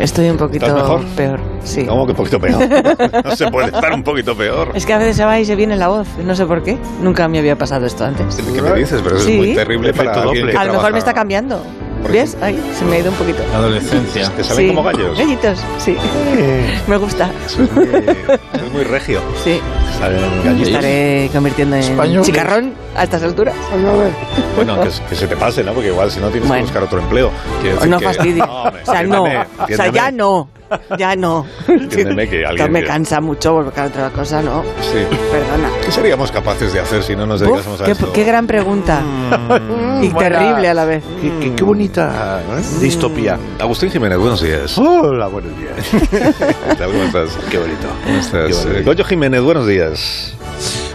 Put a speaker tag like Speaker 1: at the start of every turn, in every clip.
Speaker 1: Estoy un poquito
Speaker 2: ¿Estás mejor?
Speaker 1: peor. Sí.
Speaker 2: ¿Cómo que un poquito peor? no se puede estar un poquito peor.
Speaker 1: Es que a veces se va y se viene la voz, no sé por qué. Nunca me había pasado esto antes.
Speaker 3: ¿Qué me dices? Pero eso
Speaker 1: Sí.
Speaker 3: es muy terrible
Speaker 2: Efecto
Speaker 3: para alguien
Speaker 2: Doppler.
Speaker 3: que
Speaker 1: A lo mejor
Speaker 3: trabaja-
Speaker 1: me está cambiando.
Speaker 3: Por
Speaker 1: ¿Ves? Ay, se me ha ido un poquito.
Speaker 4: Adolescencia.
Speaker 2: Te salen
Speaker 1: Sí.
Speaker 2: como gallos. Eh.
Speaker 1: Gallitos, sí. Me gusta.
Speaker 3: Eso es muy- eso es muy regio.
Speaker 1: Sí.
Speaker 2: Salen
Speaker 1: Me
Speaker 2: gallitos.
Speaker 1: estaré convirtiendo en
Speaker 4: Españoles.
Speaker 1: chicarrón a estas alturas.
Speaker 2: Bueno, que, que se te pase, ¿no? Porque igual si no tienes
Speaker 1: Bueno.
Speaker 2: que buscar otro empleo. Quiero
Speaker 1: O
Speaker 2: decir
Speaker 1: no
Speaker 2: que-
Speaker 1: fastidio.
Speaker 2: hombre,
Speaker 1: o sea, no.
Speaker 2: entiéndeme,
Speaker 1: O sea, ya
Speaker 2: entiéndeme.
Speaker 1: no. Ya no.
Speaker 2: Entiéndeme que alguien
Speaker 1: me
Speaker 2: que-
Speaker 1: cansa mucho volver a otra cosa, no.
Speaker 2: Sí.
Speaker 1: Perdona.
Speaker 2: ¿Qué seríamos capaces de hacer si no nos
Speaker 1: Uf,
Speaker 2: dedicásemos a
Speaker 1: qué,
Speaker 2: esto? Mm,
Speaker 1: qué gran pregunta. y terrible a la vez.
Speaker 3: Qué, qué- qué bonita ¿eh? distopía.
Speaker 2: Agustín Jiménez, buenos días.
Speaker 3: Hola, buenos días.
Speaker 2: ¿Qué tal? ¿Cómo estás?
Speaker 3: Qué bonito.
Speaker 2: ¿Cómo estás?
Speaker 3: Qué bonito.
Speaker 2: Eh, Goyo Jiménez, buenos días.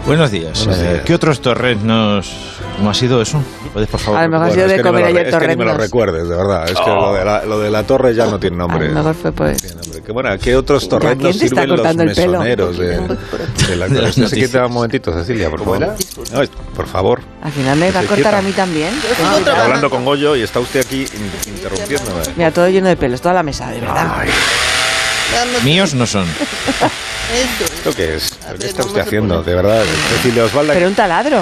Speaker 4: Buenos días.
Speaker 2: Buenos
Speaker 4: Eh,
Speaker 2: días.
Speaker 4: ¿Qué otros torres nos... ¿Cómo ha sido eso? ¿Puedes, por favor?
Speaker 1: A lo mejor ha sido
Speaker 2: es
Speaker 1: de
Speaker 2: que no me
Speaker 1: comer
Speaker 2: lo
Speaker 1: ayer
Speaker 2: re- Es que ni me lo
Speaker 1: torrendos.
Speaker 2: recuerdes, de verdad. Es que lo de, la, lo de la torre ya no tiene
Speaker 1: A
Speaker 2: nombre.
Speaker 1: lo mejor fue pues.
Speaker 2: Hombre, Qué bueno, ¿qué otros
Speaker 1: ¿De a quién
Speaker 2: torrenos
Speaker 1: te está
Speaker 2: sirven los
Speaker 1: cortando el pelo?
Speaker 2: mesoneros de, de la
Speaker 4: De las
Speaker 2: Se
Speaker 4: noticias.
Speaker 2: quita un momentito, Cecilia, por favor. No, es- por favor.
Speaker 1: Al final me va a
Speaker 2: Estoy
Speaker 1: cortar
Speaker 2: quieta.
Speaker 1: a mí también.
Speaker 2: Estoy Ah, hablando con Goyo y está usted aquí in- interrumpiéndome.
Speaker 1: Mira, todo lleno de pelos, toda la mesa, de verdad.
Speaker 2: Ay,
Speaker 3: Ah.
Speaker 4: Míos no son.
Speaker 2: ¿esto qué es? ¿Qué está usted haciendo? De verdad, Cecilia Osvalda,
Speaker 1: Pero un taladro.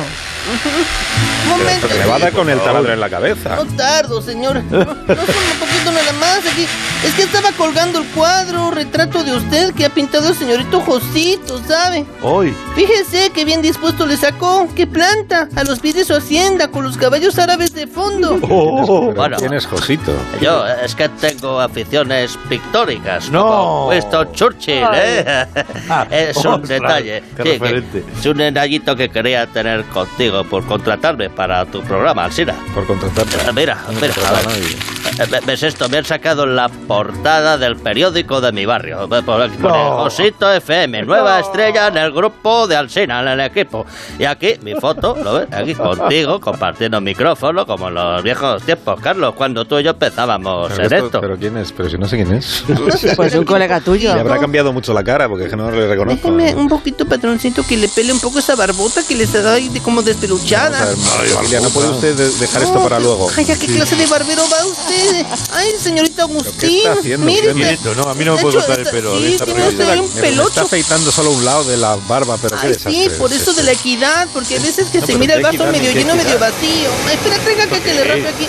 Speaker 5: Un momento,
Speaker 2: le va a dar con el taladro en la cabeza.
Speaker 5: no tardo, señora. No, no, solo un poquito nada más. Aquí. Es que estaba colgando el cuadro, retrato de usted que ha pintado el señorito Josito, ¿sabe?
Speaker 3: Hoy.
Speaker 5: Fíjese qué bien dispuesto le sacó. ¡Qué planta! A los pies de su hacienda, con los caballos árabes de fondo.
Speaker 3: Oh,
Speaker 2: Pero
Speaker 6: Bueno.
Speaker 2: ¿Quién es Josito?
Speaker 6: Yo es que tengo aficiones pictóricas.
Speaker 3: No. Ah,
Speaker 6: Como Winston Churchill, ¿eh? es un
Speaker 3: ostras,
Speaker 6: detalle.
Speaker 3: qué
Speaker 6: que
Speaker 3: referente.
Speaker 6: es un enallito que quería tener contigo por contratarme para tu programa, Alsina.
Speaker 2: Por contratarte.
Speaker 6: Mira,
Speaker 2: No
Speaker 6: mira,
Speaker 2: contrata
Speaker 6: a ver.
Speaker 2: a nadie.
Speaker 6: Eh, ¿Ves esto? Me han sacado la portada del periódico de mi barrio. Eh, Por aquí pone,
Speaker 3: No.
Speaker 6: Osito FM, nueva estrella en el grupo de Alsina, en el equipo. Y aquí mi foto, ¿lo ves? Aquí contigo, compartiendo micrófono, como en los viejos tiempos, Carlos, cuando tú y yo empezábamos
Speaker 2: Pero
Speaker 6: en
Speaker 2: esto-
Speaker 6: esto.
Speaker 2: ¿Pero quién es? Pero si no sé quién es.
Speaker 1: Pues un colega tuyo.
Speaker 2: Le habrá cambiado mucho la cara porque es que no le reconozco.
Speaker 5: Déjeme un poquito, patroncito, que le pele un poco esa barbota que le está ahí de, como
Speaker 2: Vamos a
Speaker 5: despeluchada.
Speaker 2: ver, Cecilia, ¿no puede usted de- dejar esto para luego?
Speaker 5: Ay, ¿a qué clase de barbero va usted? Ay, señorita Agustín.
Speaker 2: está haciendo?
Speaker 5: mírese.
Speaker 2: Usted
Speaker 3: Quieto, no, a mí no me
Speaker 5: De
Speaker 3: puede
Speaker 5: hecho,
Speaker 3: cortar el
Speaker 5: está-
Speaker 3: pelo,
Speaker 5: Sí,
Speaker 3: está
Speaker 5: tiene
Speaker 3: prohibido.
Speaker 5: usted un
Speaker 2: Me está
Speaker 5: pelocho.
Speaker 2: afeitando solo un lado de la barba, pero qué
Speaker 5: Ay, sí,
Speaker 2: desastre
Speaker 5: por
Speaker 2: es
Speaker 5: eso de
Speaker 2: este.
Speaker 5: la equidad, porque a veces que
Speaker 2: No,
Speaker 5: se
Speaker 2: pero
Speaker 5: mira el
Speaker 2: qué
Speaker 5: vaso
Speaker 2: equidad,
Speaker 5: medio
Speaker 2: qué
Speaker 5: lleno, medio
Speaker 2: equidad.
Speaker 5: vacío. Ay, Espera, traiga que, que le rape aquí.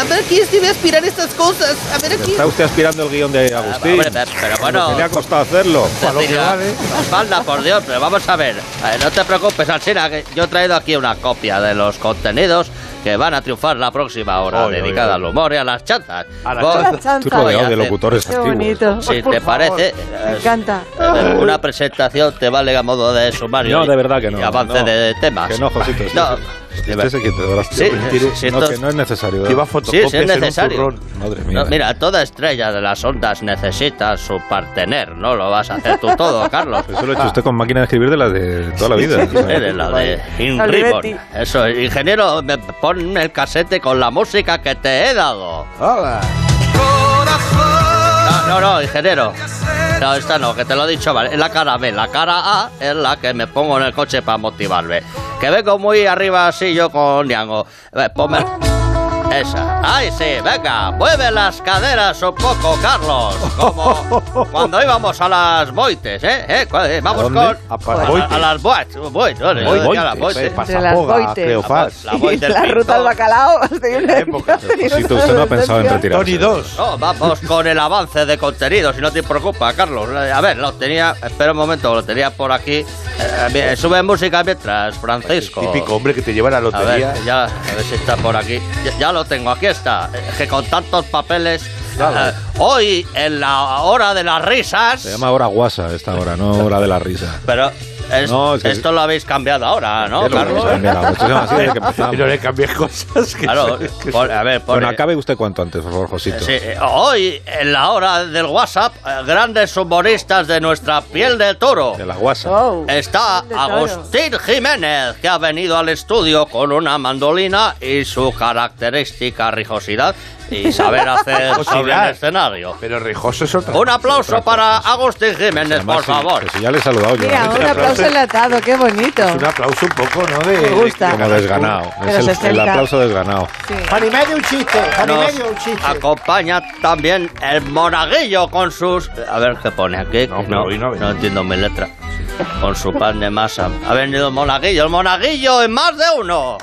Speaker 5: A ver, aquí este voy a aspirar estas cosas. A ver, aquí.
Speaker 2: Está usted aspirando el guión de
Speaker 6: Ah,
Speaker 2: Agustín.
Speaker 6: hombre, pero, pero
Speaker 2: Lo que
Speaker 6: bueno,
Speaker 2: le ha costado hacerlo.
Speaker 6: Cecilia, espalda, por Dios, pero vamos a ver. Eh, no te preocupes, Alsina, que yo he traído aquí una copia de los contenidos que van a triunfar la próxima hora,
Speaker 3: Oy, oy,
Speaker 6: dedicada al
Speaker 3: oy.
Speaker 6: humor y a las chanzas.
Speaker 3: A las
Speaker 6: Vos-
Speaker 3: chanzas.
Speaker 2: Estoy rodeado de locutores
Speaker 1: Qué
Speaker 2: antiguos.
Speaker 1: bonito.
Speaker 6: Si
Speaker 1: Por
Speaker 6: te parece,
Speaker 1: Me
Speaker 6: eh,
Speaker 1: encanta.
Speaker 6: eh, una presentación te vale a modo de sumario.
Speaker 2: No,
Speaker 6: y-
Speaker 2: de verdad que no.
Speaker 6: Y avance
Speaker 2: no.
Speaker 6: de temas.
Speaker 2: Que no, Josito. usted
Speaker 6: No,
Speaker 2: se-
Speaker 6: de
Speaker 2: usted
Speaker 6: ver-
Speaker 2: se quita, de verdad.
Speaker 6: Sí, sí, sí,
Speaker 2: no,
Speaker 6: esto-
Speaker 2: que no es necesario. ¿eh?
Speaker 3: Lleva
Speaker 6: Sí,
Speaker 3: fotocopias
Speaker 6: sí, es
Speaker 3: en
Speaker 6: necesario.
Speaker 3: un turrón.
Speaker 2: Madre mía.
Speaker 6: No, mira, toda estrella de las ondas necesita su partener. No lo vas a hacer tú todo, Carlos.
Speaker 2: Eso lo ha hecho usted con máquina de escribir de la de toda la vida. O sea,
Speaker 6: Eres la de In
Speaker 1: Olivetti.
Speaker 6: Ribbon. Eso, ingeniero, me- pon el casete con la música que te he dado.
Speaker 3: Hola.
Speaker 6: No, no, no, ingeniero. No, esta no, que te lo he dicho, vale. Es la cara B. La cara A es la que me pongo en el coche para motivarme. Que vengo muy arriba así yo con Niango. Eh, Ponme. Esa. ¡Ay, sí! ¡Venga! ¡Mueve las caderas un poco, Carlos! Como cuando íbamos a las boites, ¿eh? ¿Eh? Cu- eh, Vamos
Speaker 3: dónde?
Speaker 6: con.
Speaker 3: A pa-
Speaker 6: a las boites. Boites, no, yo decía las boites.
Speaker 1: Entre las
Speaker 3: Pasapoga,
Speaker 1: boites.
Speaker 3: Cleofás.
Speaker 6: La voz del
Speaker 1: la ruta al
Speaker 6: pintor.
Speaker 1: bacalao. has tenido una-
Speaker 3: época.
Speaker 1: has tenido
Speaker 2: Josito,
Speaker 1: una
Speaker 2: usted no ha pensado en
Speaker 1: sensación.
Speaker 2: retirarse.
Speaker 3: Tony 2.
Speaker 6: No, vamos con el avance de contenido, si no te preocupa, Carlos. Eh, A ver, lo tenía, espera un momento, lo tenía por aquí. Eh, bien, sube música mientras, Francisco.
Speaker 3: Típico hombre que te lleva Oh. a la
Speaker 6: A
Speaker 3: lotería.
Speaker 6: ver, ya, a ver si está por aquí. Ya, ya lo tengo, aquí está. Eh, Que con tantos papeles.
Speaker 3: Dale.
Speaker 6: eh, hoy, en la hora de las risas.
Speaker 2: Se llama hora guasa esta hora, no hora de la risa.
Speaker 6: Pero es-
Speaker 2: No, es que-
Speaker 6: esto lo habéis cambiado ahora, ¿no,
Speaker 2: Es lo que
Speaker 6: Carlos?
Speaker 2: hemos cambiado, esto se llama así desde que empezamos.
Speaker 3: Y no le cambies cosas. Que
Speaker 6: Claro,
Speaker 3: sabes que-
Speaker 6: pon- a ver, pon-
Speaker 2: Bueno, acabe usted cuanto antes, por favor, Josito.
Speaker 6: Sí, eh, hoy, en la hora del WhatsApp, eh, grandes humoristas de nuestra piel de toro.
Speaker 2: De la guasa.
Speaker 1: Oh.
Speaker 6: Está
Speaker 1: De todo.
Speaker 6: Agustín Jiménez, que ha venido al estudio con una mandolina y su característica rijosidad. y saber hacer sobre
Speaker 3: Cocinar.
Speaker 6: el escenario.
Speaker 3: Pero Rejoso es otra.
Speaker 6: Un aplauso para Agustín Jiménez, por favor.
Speaker 2: Pues si ya le he saludado yo.
Speaker 1: Mira,
Speaker 2: ¿no?
Speaker 1: un aplauso enlatado, qué bonito.
Speaker 3: Es un aplauso un poco, ¿no? De,
Speaker 1: Me gusta.
Speaker 2: Como desganado.
Speaker 1: Pero se
Speaker 2: Es el, el
Speaker 1: acerca.
Speaker 2: aplauso desganado.
Speaker 7: Janimedio un chiste,
Speaker 6: Nos
Speaker 7: Janimedio un chiste.
Speaker 3: Ah, pues,
Speaker 6: acompaña también el monaguillo con sus... eh, A ver qué pone aquí.
Speaker 3: No,
Speaker 6: que
Speaker 3: pero hoy no ha venido.
Speaker 6: entiendo mi letra. Con su pan de masa. Ha venido el monaguillo, el monaguillo en más de uno.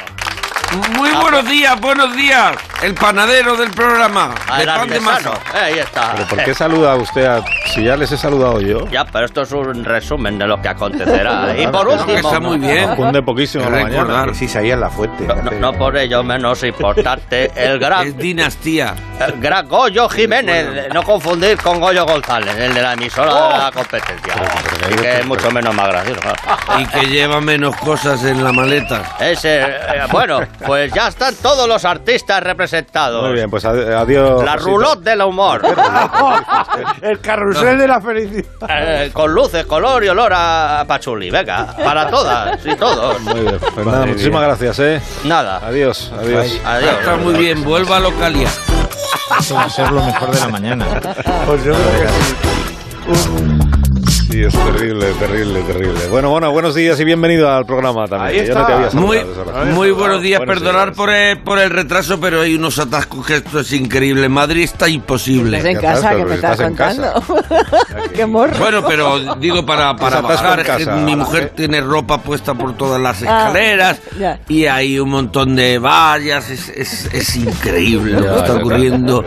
Speaker 8: Muy buenos días, buenos días. El panadero del programa.
Speaker 6: Ah,
Speaker 8: de
Speaker 6: el
Speaker 8: pan de
Speaker 6: artesano.
Speaker 8: masa.
Speaker 6: Eh, Ahí está. Eh,
Speaker 2: ¿Pero por qué saluda usted a... Si ya les he saludado yo.
Speaker 6: Ya, pero esto es un resumen de lo que acontecerá. Y
Speaker 2: Claro,
Speaker 6: por
Speaker 2: claro
Speaker 8: que
Speaker 6: último,
Speaker 8: está muy bien.
Speaker 2: Confunde poquísimo la mañana.
Speaker 8: Recordar.
Speaker 3: Sí, se ahí en la fuente.
Speaker 6: no, no- no por ello menos importante, el gran,
Speaker 8: Es dinastía.
Speaker 6: el gran Goyo Jiménez, no confundir con Goyo González, el de la emisora de la competencia.
Speaker 2: pero-
Speaker 6: Así que es mucho menos más gracioso. claro.
Speaker 8: Y que lleva menos cosas en la maleta.
Speaker 6: Ese, eh, bueno, pues ya están todos los artistas representados.
Speaker 2: Muy bien, pues ad- adiós.
Speaker 6: La
Speaker 2: Josito.
Speaker 6: roulotte del humor.
Speaker 3: El carrusel de la felicidad.
Speaker 6: Eh, con luces, color y olor a pachuli. Venga, para todas y todos.
Speaker 2: Muy bien. Pues nada,
Speaker 3: Madre
Speaker 2: muchísimas gracias, ¿eh?
Speaker 6: Nada.
Speaker 2: Adiós, adiós.
Speaker 6: Adiós.
Speaker 8: Está muy bien, vuelva a localidad.
Speaker 4: Eso va a ser lo mejor de la mañana.
Speaker 3: Pues yo creo que sí.
Speaker 2: Sí, es terrible, terrible, terrible. Bueno, bueno, buenos días y bienvenido al programa también.
Speaker 3: Ahí
Speaker 2: que yo no
Speaker 3: está.
Speaker 2: te había saludado,
Speaker 8: Muy,
Speaker 2: es verdad.
Speaker 8: muy buenos días,
Speaker 2: Buenos
Speaker 8: perdonar
Speaker 2: días.
Speaker 8: por el, por el retraso, pero hay unos atascos que esto es increíble. Madrid está
Speaker 1: Estás
Speaker 8: imposible.
Speaker 1: en
Speaker 2: Ya
Speaker 1: casa,
Speaker 2: estás,
Speaker 1: que
Speaker 2: pero
Speaker 1: me
Speaker 2: si estás
Speaker 1: estás
Speaker 2: en casa.
Speaker 1: contando. Qué morro.
Speaker 8: Bueno, pero digo para, para
Speaker 2: atasco en
Speaker 8: bajar, que
Speaker 2: casa.
Speaker 8: mi mujer tiene ropa puesta por todas las
Speaker 1: Ah,
Speaker 8: escaleras
Speaker 1: ya.
Speaker 8: y hay un montón de vallas, es, es- es increíble lo
Speaker 2: Ya,
Speaker 8: que está
Speaker 2: ya,
Speaker 8: ocurriendo.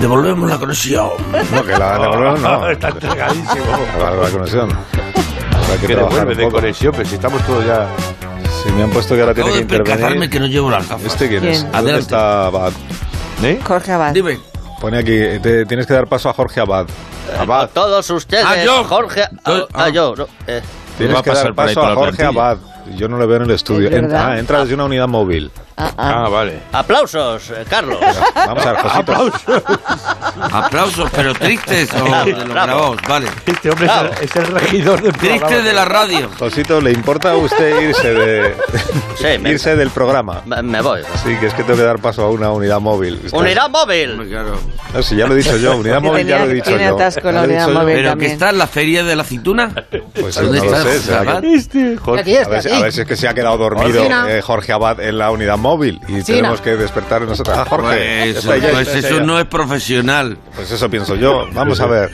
Speaker 8: Devolvemos la conexión.
Speaker 2: No, que la devolvemos no.
Speaker 3: Está entregadísimo.
Speaker 2: La, la conexión. Habrá que
Speaker 3: Que
Speaker 2: trabajar
Speaker 3: devuelve
Speaker 2: un
Speaker 3: de
Speaker 2: poco.
Speaker 3: conexión, pero si estamos todos ya.
Speaker 2: Si me han puesto que ahora tiene
Speaker 8: Acabo
Speaker 2: que
Speaker 8: de percatarme
Speaker 2: intervenir.
Speaker 8: que no llevo las gafas.
Speaker 2: ¿Este quién, es?
Speaker 1: ¿Quién?
Speaker 2: ¿Dónde
Speaker 8: Adelante.
Speaker 2: está Abad?
Speaker 3: ¿Eh?
Speaker 1: Jorge Abad.
Speaker 8: Dime,
Speaker 2: Pone aquí, te- tienes que dar paso a Jorge Abad.
Speaker 6: A todos ustedes,
Speaker 8: Ah, yo.
Speaker 6: Jorge.
Speaker 8: Yo-
Speaker 6: ah, yo, no, eh.
Speaker 2: Tienes
Speaker 4: Va a
Speaker 2: que
Speaker 4: pasar
Speaker 2: dar
Speaker 4: por ahí
Speaker 2: paso
Speaker 4: toda
Speaker 2: a
Speaker 4: la
Speaker 2: Jorge
Speaker 4: plantilla.
Speaker 2: Abad. Yo no le veo en el estudio.
Speaker 1: Es verdad.
Speaker 2: Entra, ah, entra desde una unidad móvil.
Speaker 1: Ah, ah.
Speaker 3: Ah, vale.
Speaker 6: Aplausos, eh, Carlos.
Speaker 2: Vamos a ver, Josito.
Speaker 8: aplausos, pero tristes o
Speaker 6: Bravo,
Speaker 8: de los
Speaker 6: bravo.
Speaker 8: grabados, vale.
Speaker 3: Este hombre es el, es el regidor del
Speaker 8: Tristes de la radio.
Speaker 2: Josito, ¿le importa a usted irse, de,
Speaker 6: Sí, me-
Speaker 2: irse del programa?
Speaker 6: Me me voy.
Speaker 2: Sí, que es que tengo que dar paso a una unidad móvil. Está-
Speaker 6: Unidad móvil.
Speaker 8: Claro.
Speaker 2: No, si ya lo he dicho yo, unidad
Speaker 1: Que
Speaker 2: móvil ya
Speaker 1: tenía-
Speaker 2: lo he dicho
Speaker 1: tiene
Speaker 2: yo.
Speaker 1: atasco
Speaker 2: Ya
Speaker 1: la
Speaker 2: lo he
Speaker 1: unidad
Speaker 2: dicho yo.
Speaker 1: móvil.
Speaker 8: Pero
Speaker 1: también.
Speaker 8: que está en la feria de la aceituna.
Speaker 2: Pues
Speaker 8: ¿Dónde
Speaker 2: no
Speaker 8: está
Speaker 2: lo sé,
Speaker 8: Jorge
Speaker 2: será que-
Speaker 8: Abad?
Speaker 1: Aquí
Speaker 2: A ver, si- a ver si es que se ha quedado dormido
Speaker 1: Cocina.
Speaker 2: eh, Jorge Abad en la unidad móvil y tenemos que despertar nosotros. Ah, Jorge. ya
Speaker 8: Pues,
Speaker 2: está, ya
Speaker 8: pues
Speaker 2: está, ya
Speaker 8: eso
Speaker 2: está.
Speaker 8: no es profesional.
Speaker 2: Pues eso pienso yo. Vamos a ver.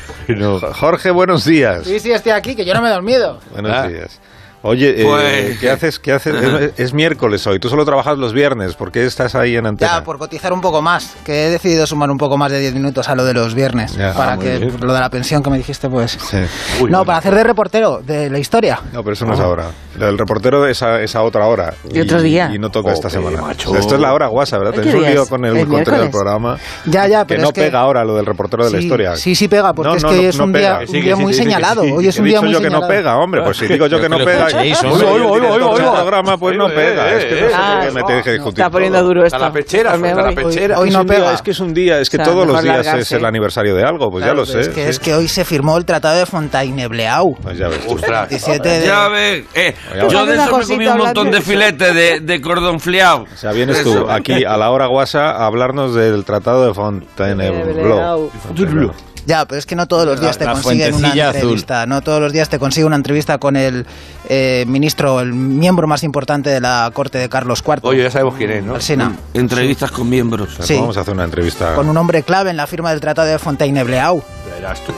Speaker 2: Jorge, buenos días.
Speaker 7: Sí, sí, estoy aquí, que yo no me he dormido.
Speaker 2: Buenos
Speaker 3: Ah.
Speaker 2: días. Oye, eh,
Speaker 8: Pues-
Speaker 2: ¿qué haces? ¿Qué haces? Es, es miércoles hoy. Tú solo trabajas los viernes. ¿Por qué estás ahí en antena?
Speaker 7: Ya, por cotizar un poco más, que he decidido sumar un poco más de 10 minutos a lo de los viernes,
Speaker 2: Ya, ah,
Speaker 7: para
Speaker 2: muy
Speaker 7: que
Speaker 2: bien.
Speaker 7: lo de la pensión que me dijiste, pues...
Speaker 2: Sí.
Speaker 3: Uy,
Speaker 7: no,
Speaker 3: bueno.
Speaker 7: para hacer de reportero, de la historia.
Speaker 2: No, pero eso
Speaker 7: Ah.
Speaker 2: no es ahora. El reportero es a, es a otra hora.
Speaker 1: Y otro día.
Speaker 2: Y no toca esta
Speaker 3: Jope,
Speaker 2: semana.
Speaker 3: macho.
Speaker 2: O sea, esto es la hora guasa, ¿verdad?
Speaker 1: ¿Qué
Speaker 2: Tenemos un
Speaker 1: día
Speaker 2: lío
Speaker 1: es?
Speaker 2: con
Speaker 1: ¿Es
Speaker 2: el contenido del
Speaker 1: miércoles?
Speaker 2: programa.
Speaker 7: Ya, ya,
Speaker 2: Que
Speaker 7: pero
Speaker 2: no
Speaker 7: es que-
Speaker 2: pega ahora lo del reportero de la
Speaker 7: Sí,
Speaker 2: historia.
Speaker 7: Sí, sí pega, porque
Speaker 2: No,
Speaker 7: es
Speaker 2: no,
Speaker 7: que hoy
Speaker 2: no-
Speaker 7: es
Speaker 2: no
Speaker 7: un
Speaker 2: pega.
Speaker 7: día,
Speaker 2: Que
Speaker 7: un
Speaker 2: sí,
Speaker 3: que
Speaker 7: día
Speaker 3: sí,
Speaker 7: muy
Speaker 3: que sí, que
Speaker 7: señalado.
Speaker 3: sí.
Speaker 7: Hoy es
Speaker 2: He
Speaker 7: un día
Speaker 2: dicho
Speaker 7: muy
Speaker 2: yo que
Speaker 7: señalado.
Speaker 2: no pega, hombre. Pues si digo yo que no
Speaker 4: Pero
Speaker 2: pega. eh.
Speaker 4: escucháis,
Speaker 2: Oigo,
Speaker 4: hombre.
Speaker 2: oigo, oigo, oigo, oigo. El programa pues no
Speaker 3: Oigo,
Speaker 2: pega.
Speaker 3: eh,
Speaker 2: Es que no
Speaker 3: eh,
Speaker 2: sé por
Speaker 1: eh.
Speaker 2: qué
Speaker 7: Ah,
Speaker 2: me tenéis que discutir.
Speaker 1: Está poniendo
Speaker 2: todo.
Speaker 1: duro esto.
Speaker 3: A la pechera,
Speaker 1: Pues me
Speaker 3: suelta la
Speaker 1: voy.
Speaker 3: pechera.
Speaker 7: Hoy
Speaker 2: Es
Speaker 7: no
Speaker 2: un día-
Speaker 7: pega.
Speaker 2: es que es un día, es que
Speaker 1: O sea,
Speaker 2: todos los
Speaker 1: mejor
Speaker 2: días es
Speaker 1: largarse.
Speaker 2: el aniversario de algo, pues ya
Speaker 1: Claro,
Speaker 2: lo sé.
Speaker 7: Es que, es que hoy se firmó el Tratado de Fontainebleau.
Speaker 2: Pues ya ves tú.
Speaker 3: Ostras.
Speaker 7: 17 de...
Speaker 8: Ya ves, eh,
Speaker 2: Oiga,
Speaker 8: yo de
Speaker 1: una
Speaker 8: eso me
Speaker 1: cosita
Speaker 8: comí un montón
Speaker 1: hablando.
Speaker 8: de filetes de, de cordón fleado.
Speaker 2: O sea, vienes tú aquí a la hora guasa a hablarnos del Tratado de Fontainebleau. Fontainebleau.
Speaker 7: Ya, pero es que no todos los días te
Speaker 4: la
Speaker 7: consiguen una
Speaker 4: fuentecilla azul.
Speaker 7: entrevista. No todos los días te consigue una entrevista con el eh, ministro, el miembro más importante de la corte de Carlos IV.
Speaker 3: Oye, ya sabemos quién es, ¿no?
Speaker 7: Alsina.
Speaker 8: Entrevistas con miembros.
Speaker 7: Sí.
Speaker 2: Vamos a hacer una entrevista.
Speaker 7: Con un hombre clave en la firma del Tratado de Fontainebleau.
Speaker 3: Verás tú.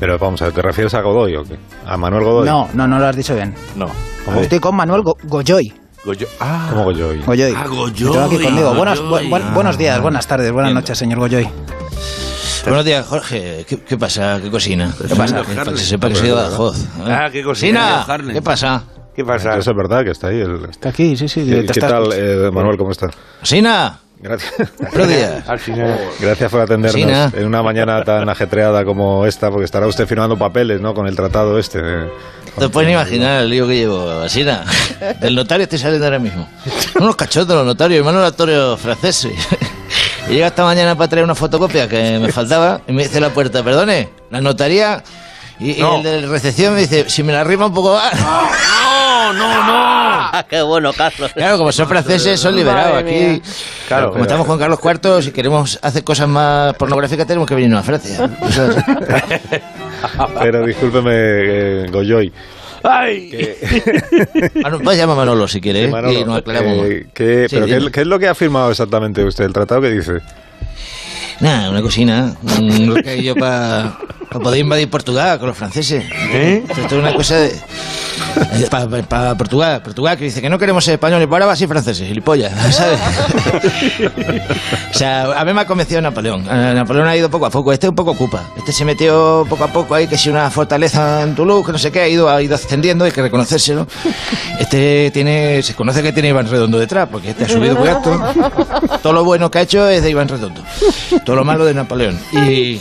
Speaker 2: Pero vamos a ver, ¿te refieres a Godoy o qué? ¿A Manuel Godoy?
Speaker 7: No, no, no lo has dicho bien.
Speaker 4: No.
Speaker 2: ¿Cómo,
Speaker 7: Estoy con Manuel Go- Godoy.
Speaker 3: Goyo- Ah,
Speaker 2: cómo Godoy?
Speaker 7: Godoy.
Speaker 8: Ah, Godoy,
Speaker 7: Lo tengo aquí conmigo.
Speaker 8: Godoy.
Speaker 7: Buenas- bu- bu- buenos días, buenas tardes, buenas
Speaker 4: Entiendo.
Speaker 7: noches, señor Godoy.
Speaker 4: Buenos días, Jorge. ¿Qué, qué pasa? ¿Qué cocina? ¿Qué
Speaker 8: pasa?
Speaker 4: Que se sepa que soy de Badajoz.
Speaker 3: Ah, ¿qué cocina?
Speaker 4: ¿eh? Sina, ¿Qué pasa?
Speaker 3: ¿qué pasa?
Speaker 2: Eso es verdad que está ahí. El...
Speaker 7: Está aquí, sí, sí.
Speaker 2: ¿Qué,
Speaker 7: te
Speaker 2: qué
Speaker 7: estás-
Speaker 2: tal, eh, Manuel? ¿Cómo estás?
Speaker 4: Sina,
Speaker 2: Gracias.
Speaker 4: buenos días.
Speaker 3: Al final.
Speaker 2: Gracias por atendernos
Speaker 4: Sí, nada.
Speaker 2: en una mañana tan ajetreada como esta, porque estará usted firmando papeles, ¿no? Con el tratado este. de-
Speaker 4: Te pueden imaginar el lío que llevo, Sina. Del notario estoy saliendo ahora mismo. Son Unos cachotes los notarios, hermano notario francés. Y llega esta mañana para traer una fotocopia que me faltaba y me dice la puerta, perdone, la notaría. Y, y el de recepción me dice, si me la arrima un poco más.
Speaker 8: no, no, no.
Speaker 6: Ah, qué bueno, Carlos.
Speaker 4: Claro, como son franceses, son liberados
Speaker 1: Madre
Speaker 4: aquí.
Speaker 1: mía.
Speaker 2: Claro,
Speaker 4: Claro, como estamos con Carlos IV, si queremos hacer cosas más pornográficas, tenemos que venirnos a Francia. O sea,
Speaker 2: Pero discúlpeme, eh, Goyoy.
Speaker 3: ¡Ay!
Speaker 4: Manu- Vaya, llama Manolo si quiere, ¿eh?
Speaker 2: Manolo,
Speaker 4: y nos aclaramos.
Speaker 2: eh, ¿qué,
Speaker 4: Sí,
Speaker 2: pero ¿qué,
Speaker 4: dime.
Speaker 2: es- qué es lo que ha firmado exactamente usted? ¿El tratado que dice?
Speaker 4: Nada, una cocina. Un yo para poder invadir Portugal con los franceses.
Speaker 2: ¿Eh?
Speaker 4: Esto es una cosa de. eh, Para Portugal, Portugal que dice que no queremos ser españoles, pero ahora va a ser franceses, gilipollas, ¿sabes? o sea, a mí me ha convencido Napoleón. Eh, Napoleón ha ido poco a poco, este un poco ocupa. Este se metió poco a poco ahí, que si una fortaleza en Toulouse, que no sé qué, ha ido, ha ido ascendiendo, hay que reconocérselo. Este tiene, se conoce que tiene Iván Redondo detrás, porque este ha subido muy alto. Todo lo bueno que ha hecho es de Iván Redondo. Todo lo malo de Napoleón. Y,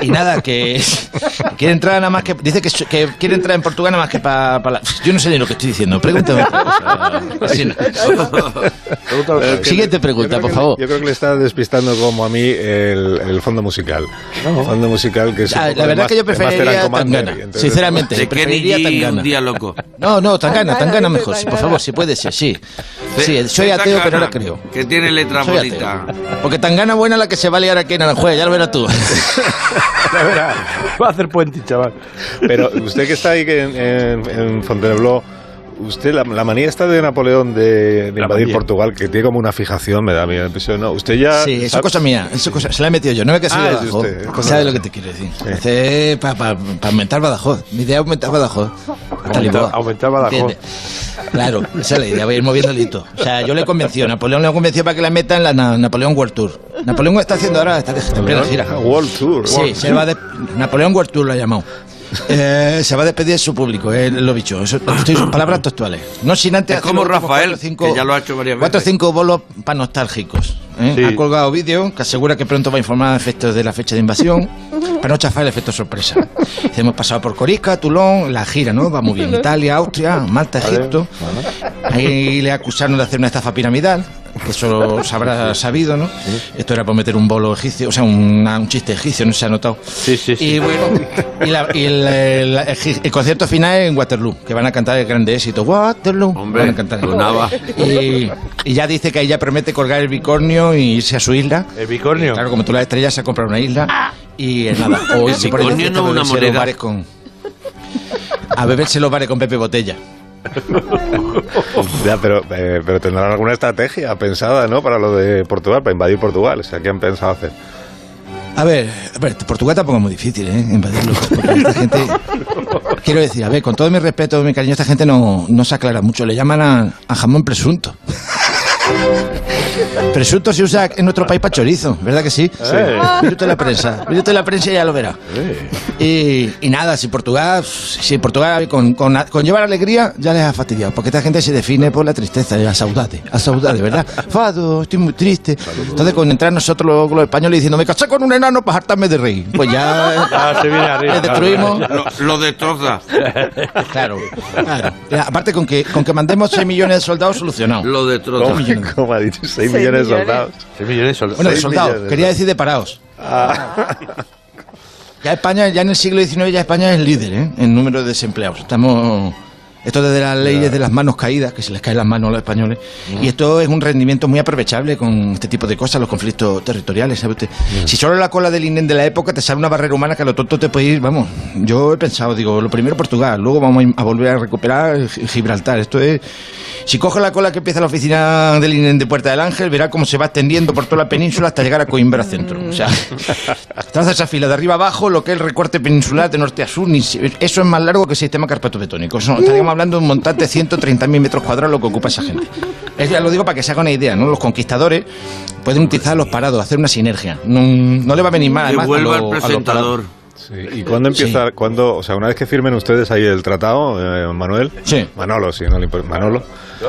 Speaker 4: y nada, que quiere entrar nada más que. Dice que, su- que quiere entrar en Portugal nada más que para. yo no sé ni lo que estoy diciendo. Pregúntame. otra cosa, Así.
Speaker 2: Eh,
Speaker 4: Siguiente
Speaker 2: creo-
Speaker 4: pregunta,
Speaker 2: yo creo
Speaker 4: por
Speaker 2: que
Speaker 4: favor.
Speaker 2: Le, yo creo que le está despistando como a mí el, el fondo musical. El fondo musical que es. un
Speaker 4: Ah,
Speaker 2: poco
Speaker 4: la
Speaker 2: de
Speaker 4: verdad que yo
Speaker 2: Mas- de Master and
Speaker 4: preferiría
Speaker 2: Commander,
Speaker 4: Tangana.
Speaker 2: y entonces-
Speaker 4: Sinceramente,
Speaker 8: De Kenny
Speaker 4: preferiría
Speaker 8: G, un
Speaker 4: Tangana.
Speaker 8: día loco.
Speaker 4: No, no, Tangana, Tangana
Speaker 1: dice
Speaker 4: mejor, sí, por
Speaker 1: Tangana.
Speaker 4: favor, si puede ser, sí.
Speaker 8: Ve-
Speaker 4: Sí, soy
Speaker 8: ve
Speaker 4: ateo, pero
Speaker 8: Tangana,
Speaker 4: ahora creo.
Speaker 8: Que tiene letra
Speaker 4: Soy
Speaker 8: bonita.
Speaker 4: ateo. Porque Tangana buena la que se va a liar aquí en Aranjuez, ya lo verás tú.
Speaker 3: Ya verás. Va a hacer puente, chaval.
Speaker 2: Pero usted que está ahí que en, en- en Fontainebleau, usted la, la manía está de Napoleón de, de
Speaker 3: La
Speaker 2: invadir
Speaker 3: manía.
Speaker 2: Portugal, que tiene como una fijación, me da a mí la impresión. No, usted ya.
Speaker 4: Sí, eso
Speaker 2: sabe-
Speaker 4: es cosa mía, eso es cosa, se la he metido yo, no me quedé
Speaker 2: Ah, es de
Speaker 4: Badajoz.
Speaker 2: usted, es cosa
Speaker 4: ¿Sabes
Speaker 2: de-
Speaker 4: lo que te quiero decir? para aumentar Badajoz. Mi idea es aumentar Badajoz. Hasta
Speaker 3: Aumentar-
Speaker 4: Lisboa.
Speaker 3: aumentar Badajoz.
Speaker 4: Claro, esa es la idea, voy a ir moviendo el hito. O sea, yo le convenció, Napoleón le convenció para que la meta en la Na- Napoleón World Tour. Napoleón está haciendo ahora, está en plena gira.
Speaker 2: World Tour.
Speaker 4: Sí,
Speaker 2: World
Speaker 4: se va a des- Napoleón World Tour lo ha llamado. Eh, se va a despedir de su público, eh, lo dicho. Eso, estoy- son palabras textuales. No sin antes.
Speaker 8: Es
Speaker 4: hacer
Speaker 8: como
Speaker 4: los últimos
Speaker 8: Rafael, que ya lo ha hecho varias
Speaker 4: Cuatro o
Speaker 8: veces.
Speaker 4: cinco bolos para nostálgicos. ¿eh?
Speaker 3: Sí.
Speaker 4: Ha colgado vídeo que asegura que pronto va a informar efectos de la fecha de invasión para no chafar el efecto sorpresa. Hemos pasado por Corisca, Tulón, la gira, ¿no? Va muy bien. Italia, Austria, Malta, Egipto. Ahí le acusaron de hacer una estafa piramidal, que eso se habrá sabido, ¿no? Esto era por meter un bolo egipcio, o sea, una- un chiste egipcio, no se ha notado.
Speaker 3: Sí, sí, sí.
Speaker 4: Y bueno, y, la- y el, el- el concierto final en Waterloo, que van a cantar el grande éxito. Waterloo.
Speaker 8: Hombre,
Speaker 4: van a cantar.
Speaker 8: sonaba.
Speaker 4: Y, y ya dice que ahí ya promete colgar el bicornio y irse a su isla.
Speaker 3: El bicornio.
Speaker 4: Claro, como tú las estrellas, se ha comprado una isla. Y eh, nada, hoy se pone
Speaker 8: bicornio
Speaker 4: de fiesta
Speaker 8: no
Speaker 4: a
Speaker 8: es una
Speaker 4: beberse los
Speaker 8: moneda.
Speaker 4: bares con. A beberse los bares con Pepe Botella.
Speaker 2: Tour. Ya, pero, eh, pero tendrán alguna estrategia pensada, ¿no? Para lo de Portugal, para invadir Portugal. O sea, ¿qué han pensado hacer?
Speaker 4: A ver, a ver, Portugal tampoco es muy difícil, ¿eh? Invadirlo. Porque esta gente. Quiero decir, a ver, con todo mi respeto, mi cariño, esta gente no, no se aclara mucho. Le llaman a, a jamón presunto. Presunto se usa en nuestro país para chorizo, ¿verdad que sí? Sí. Mírate la prensa, mírate la prensa y ya lo verá. Y, y nada, si Portugal, si Portugal con, con- con llevar alegría ya les ha fastidiado, porque esta gente se define por la tristeza y la saudade, a saudade, ¿verdad? Fado, estoy muy triste. Entonces con entrar nosotros los, los españoles diciendo, me casé con un enano para hartarme de rey, pues ya...
Speaker 2: Ah,
Speaker 3: Ya se viene arriba.
Speaker 4: Les destruimos.
Speaker 8: Lo, lo destroza.
Speaker 4: Claro, claro. Aparte con que, con que mandemos 6 millones de soldados solucionado.
Speaker 8: Lo destroza.
Speaker 2: ¿Cómo, cómo ha dicho?
Speaker 1: Seis
Speaker 2: 6 millones de
Speaker 1: millones.
Speaker 2: soldados.
Speaker 3: Se viene eso.
Speaker 4: Bueno, de
Speaker 2: Seis
Speaker 4: soldados,
Speaker 2: millones.
Speaker 4: quería decir de parados.
Speaker 2: Ah.
Speaker 4: Ya España, ya en el siglo XIX, ya España es líder ¿eh? en número de desempleados. Estamos. Esto desde las leyes de las manos caídas, que se les caen las manos a los españoles. Y esto es un rendimiento muy aprovechable con este tipo de cosas, los conflictos territoriales, ¿sabe usted? Si solo la cola del INEN de la época te sale una barrera humana que a lo tonto te puede ir, vamos. Yo he pensado, digo, lo primero Portugal, luego vamos a ir- a volver a recuperar Gi- Gibraltar. Esto es. Si coge la cola que empieza la oficina del INEN de Puerta del Ángel, verá cómo se va extendiendo por toda la península hasta llegar a Coimbra Centro. O sea, traza esa fila de arriba abajo, lo que es el recorte peninsular de norte a sur. ni si- Eso es más largo que el sistema carpetobetónico. Eso, estaríamos hablando de un montante de 130.000 metros cuadrados lo que ocupa esa gente. Es, ya lo digo para que se haga una idea, ¿no? Los conquistadores pueden utilizar a los parados, hacer una sinergia. No, no le va a venir mal,
Speaker 8: Que
Speaker 4: además, a
Speaker 8: vuelva
Speaker 4: lo-
Speaker 8: el
Speaker 4: a los
Speaker 8: presentador.
Speaker 4: parados.
Speaker 2: Sí, ¿Y cuándo empieza? cuándo- o sea, una vez que firmen ustedes ahí el tratado, eh, Manuel.
Speaker 4: Sí.
Speaker 2: Manolo, sí, no le importa. Manolo.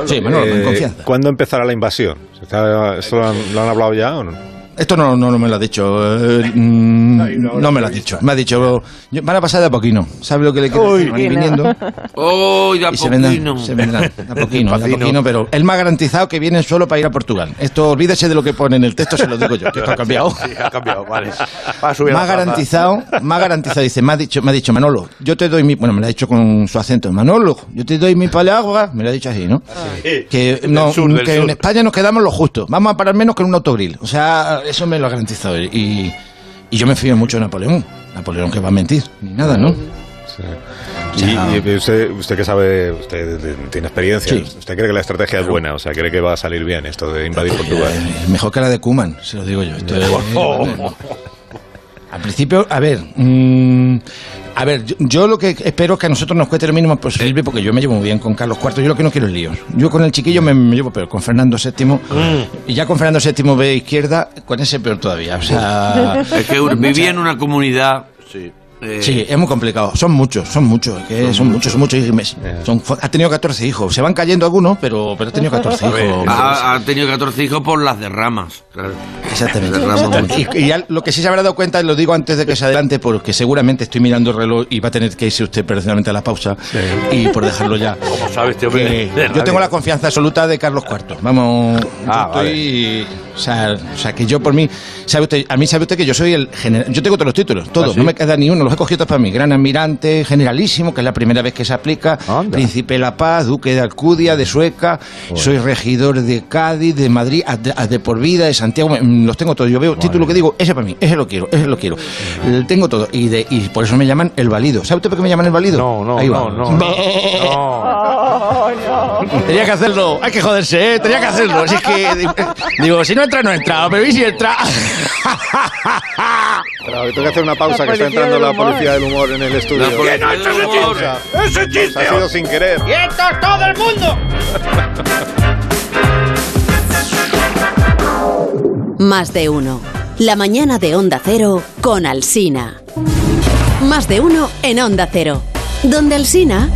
Speaker 4: Sí, Manolo, con
Speaker 2: Eh,
Speaker 4: confianza.
Speaker 2: ¿Cuándo empezará la invasión? ¿Se está- ¿Esto lo han, lo han hablado ya o no?
Speaker 4: Esto no, no, no me lo ha dicho. eh, mm, no me lo ha dicho. Me ha dicho. yo- van a pasar de a poquino. ¿Sabes lo que le quiero decir? Van
Speaker 9: Poquino.
Speaker 4: viniendo
Speaker 8: ¡Oh, de a
Speaker 4: y se vendrán.
Speaker 8: poquino.
Speaker 4: Se vendrán. De a poquino, de a poquino, pero el más garantizado que viene solo para ir a Portugal. Esto olvídese de lo que pone en el texto, se lo digo yo, que esto ha cambiado.
Speaker 2: ha cambiado, vale. Va a subir
Speaker 4: Más
Speaker 2: la fama.
Speaker 4: garantizado, más garantizado. Dice, me ha dicho, me ha dicho Manolo, yo te doy mi, bueno, me lo ha dicho con su acento, Manolo, yo te doy mi palabra, me lo ha dicho así, ¿no? Que, no,
Speaker 2: sur, del
Speaker 4: que en
Speaker 2: sur.
Speaker 4: España nos quedamos lo justo, vamos a parar menos que en un autogrill. O sea, eso me lo ha garantizado. Y, y yo me fío mucho de Napoleón. Napoleón que va a mentir, ni nada, ¿no?
Speaker 2: Y, y usted, usted que sabe, usted de- tiene experiencia,
Speaker 4: Sí.
Speaker 2: usted cree que la estrategia es buena, o sea, cree que va a salir bien esto de invadir Portugal.
Speaker 4: Eh, Mejor que la de Kuman, se lo digo yo. Esto es- Al principio, a ver. mm, a ver, yo, yo lo que espero es que a nosotros nos cueste lo mínimo posible, porque yo me llevo muy bien con Carlos IV. Yo lo que no quiero es líos. Yo con el chiquillo me, me llevo peor, con Fernando VII. Y ya con Fernando VII ve izquierda, con ese peor todavía. O sea.
Speaker 8: Es que vivía en una comunidad. Sí. eh,
Speaker 4: Sí, es muy complicado. Son muchos, son muchos, que son, muchos, Eh. son muchos. y me- son- fue- ha tenido 14 hijos. Se van cayendo algunos, pero, pero ha tenido 14 hijos.
Speaker 8: Ha, ha tenido 14 hijos por las derramas. Claro.
Speaker 4: Exactamente.
Speaker 8: Cerramos
Speaker 4: Exactamente. Y, y ya lo que sí se habrá dado cuenta, y lo digo antes de que se adelante, porque seguramente estoy mirando el reloj y va a tener que irse usted personalmente a la pausa y por dejarlo ya.
Speaker 8: sabes, este
Speaker 4: Que yo tengo la confianza absoluta de Carlos IV. Vamos, yo
Speaker 2: Ah,
Speaker 4: estoy- o, sea, o sea, que yo por mí, sabe usted, a mí sabe usted que yo soy el general, yo tengo todos los títulos, todos,
Speaker 7: ¿Ah,
Speaker 4: no me queda ni uno, los he cogido todos para mí, gran almirante, generalísimo, que es la primera vez que se aplica, príncipe de la paz, duque de Alcudia, de Sueca, soy regidor de Cádiz, de Madrid, a de, a de por vida, de Santiago, me- mm, los tengo todos, yo veo título que digo, ese para mí, ese lo quiero, ese lo quiero, El- tengo todo, y, de, y por eso me llaman el válido, ¿sabe usted por qué me llaman el válido?
Speaker 7: No, no,
Speaker 4: Ahí va.
Speaker 7: no, no. No.
Speaker 4: Tenía que hacerlo, hay que joderse, ¿eh? tenía que hacerlo. Si es que, digo, si no entra, no entra, pero ¿y si entra?
Speaker 2: Claro, tengo que hacer una pausa,
Speaker 9: La
Speaker 2: que está
Speaker 9: policía
Speaker 2: entrando
Speaker 9: del
Speaker 2: la
Speaker 9: humor.
Speaker 2: policía del humor en el estudio.
Speaker 8: La policía ¡Que no, del ese humor! chiste!
Speaker 2: ¡Ese chiste! Ha sido sin querer.
Speaker 10: Más de uno. La mañana de Onda Cero con Alsina. Más de uno en Onda Cero. Donde Alsina.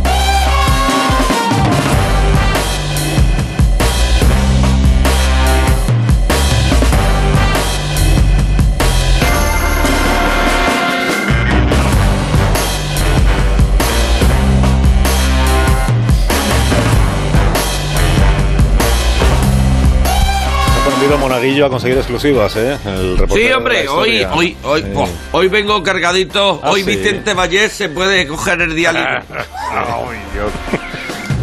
Speaker 2: Ha conocido Monaguillo a conseguir exclusivas, ¿eh? El reportero
Speaker 8: Sí,
Speaker 2: de
Speaker 8: hombre,
Speaker 2: la
Speaker 8: hoy,
Speaker 2: historia.
Speaker 8: hoy, hoy, oh.
Speaker 2: Sí.
Speaker 8: po, hoy vengo cargadito.
Speaker 2: Ah,
Speaker 8: hoy
Speaker 2: sí.
Speaker 8: Vicente Vallés se puede coger el día libre.
Speaker 2: Ay, Dios.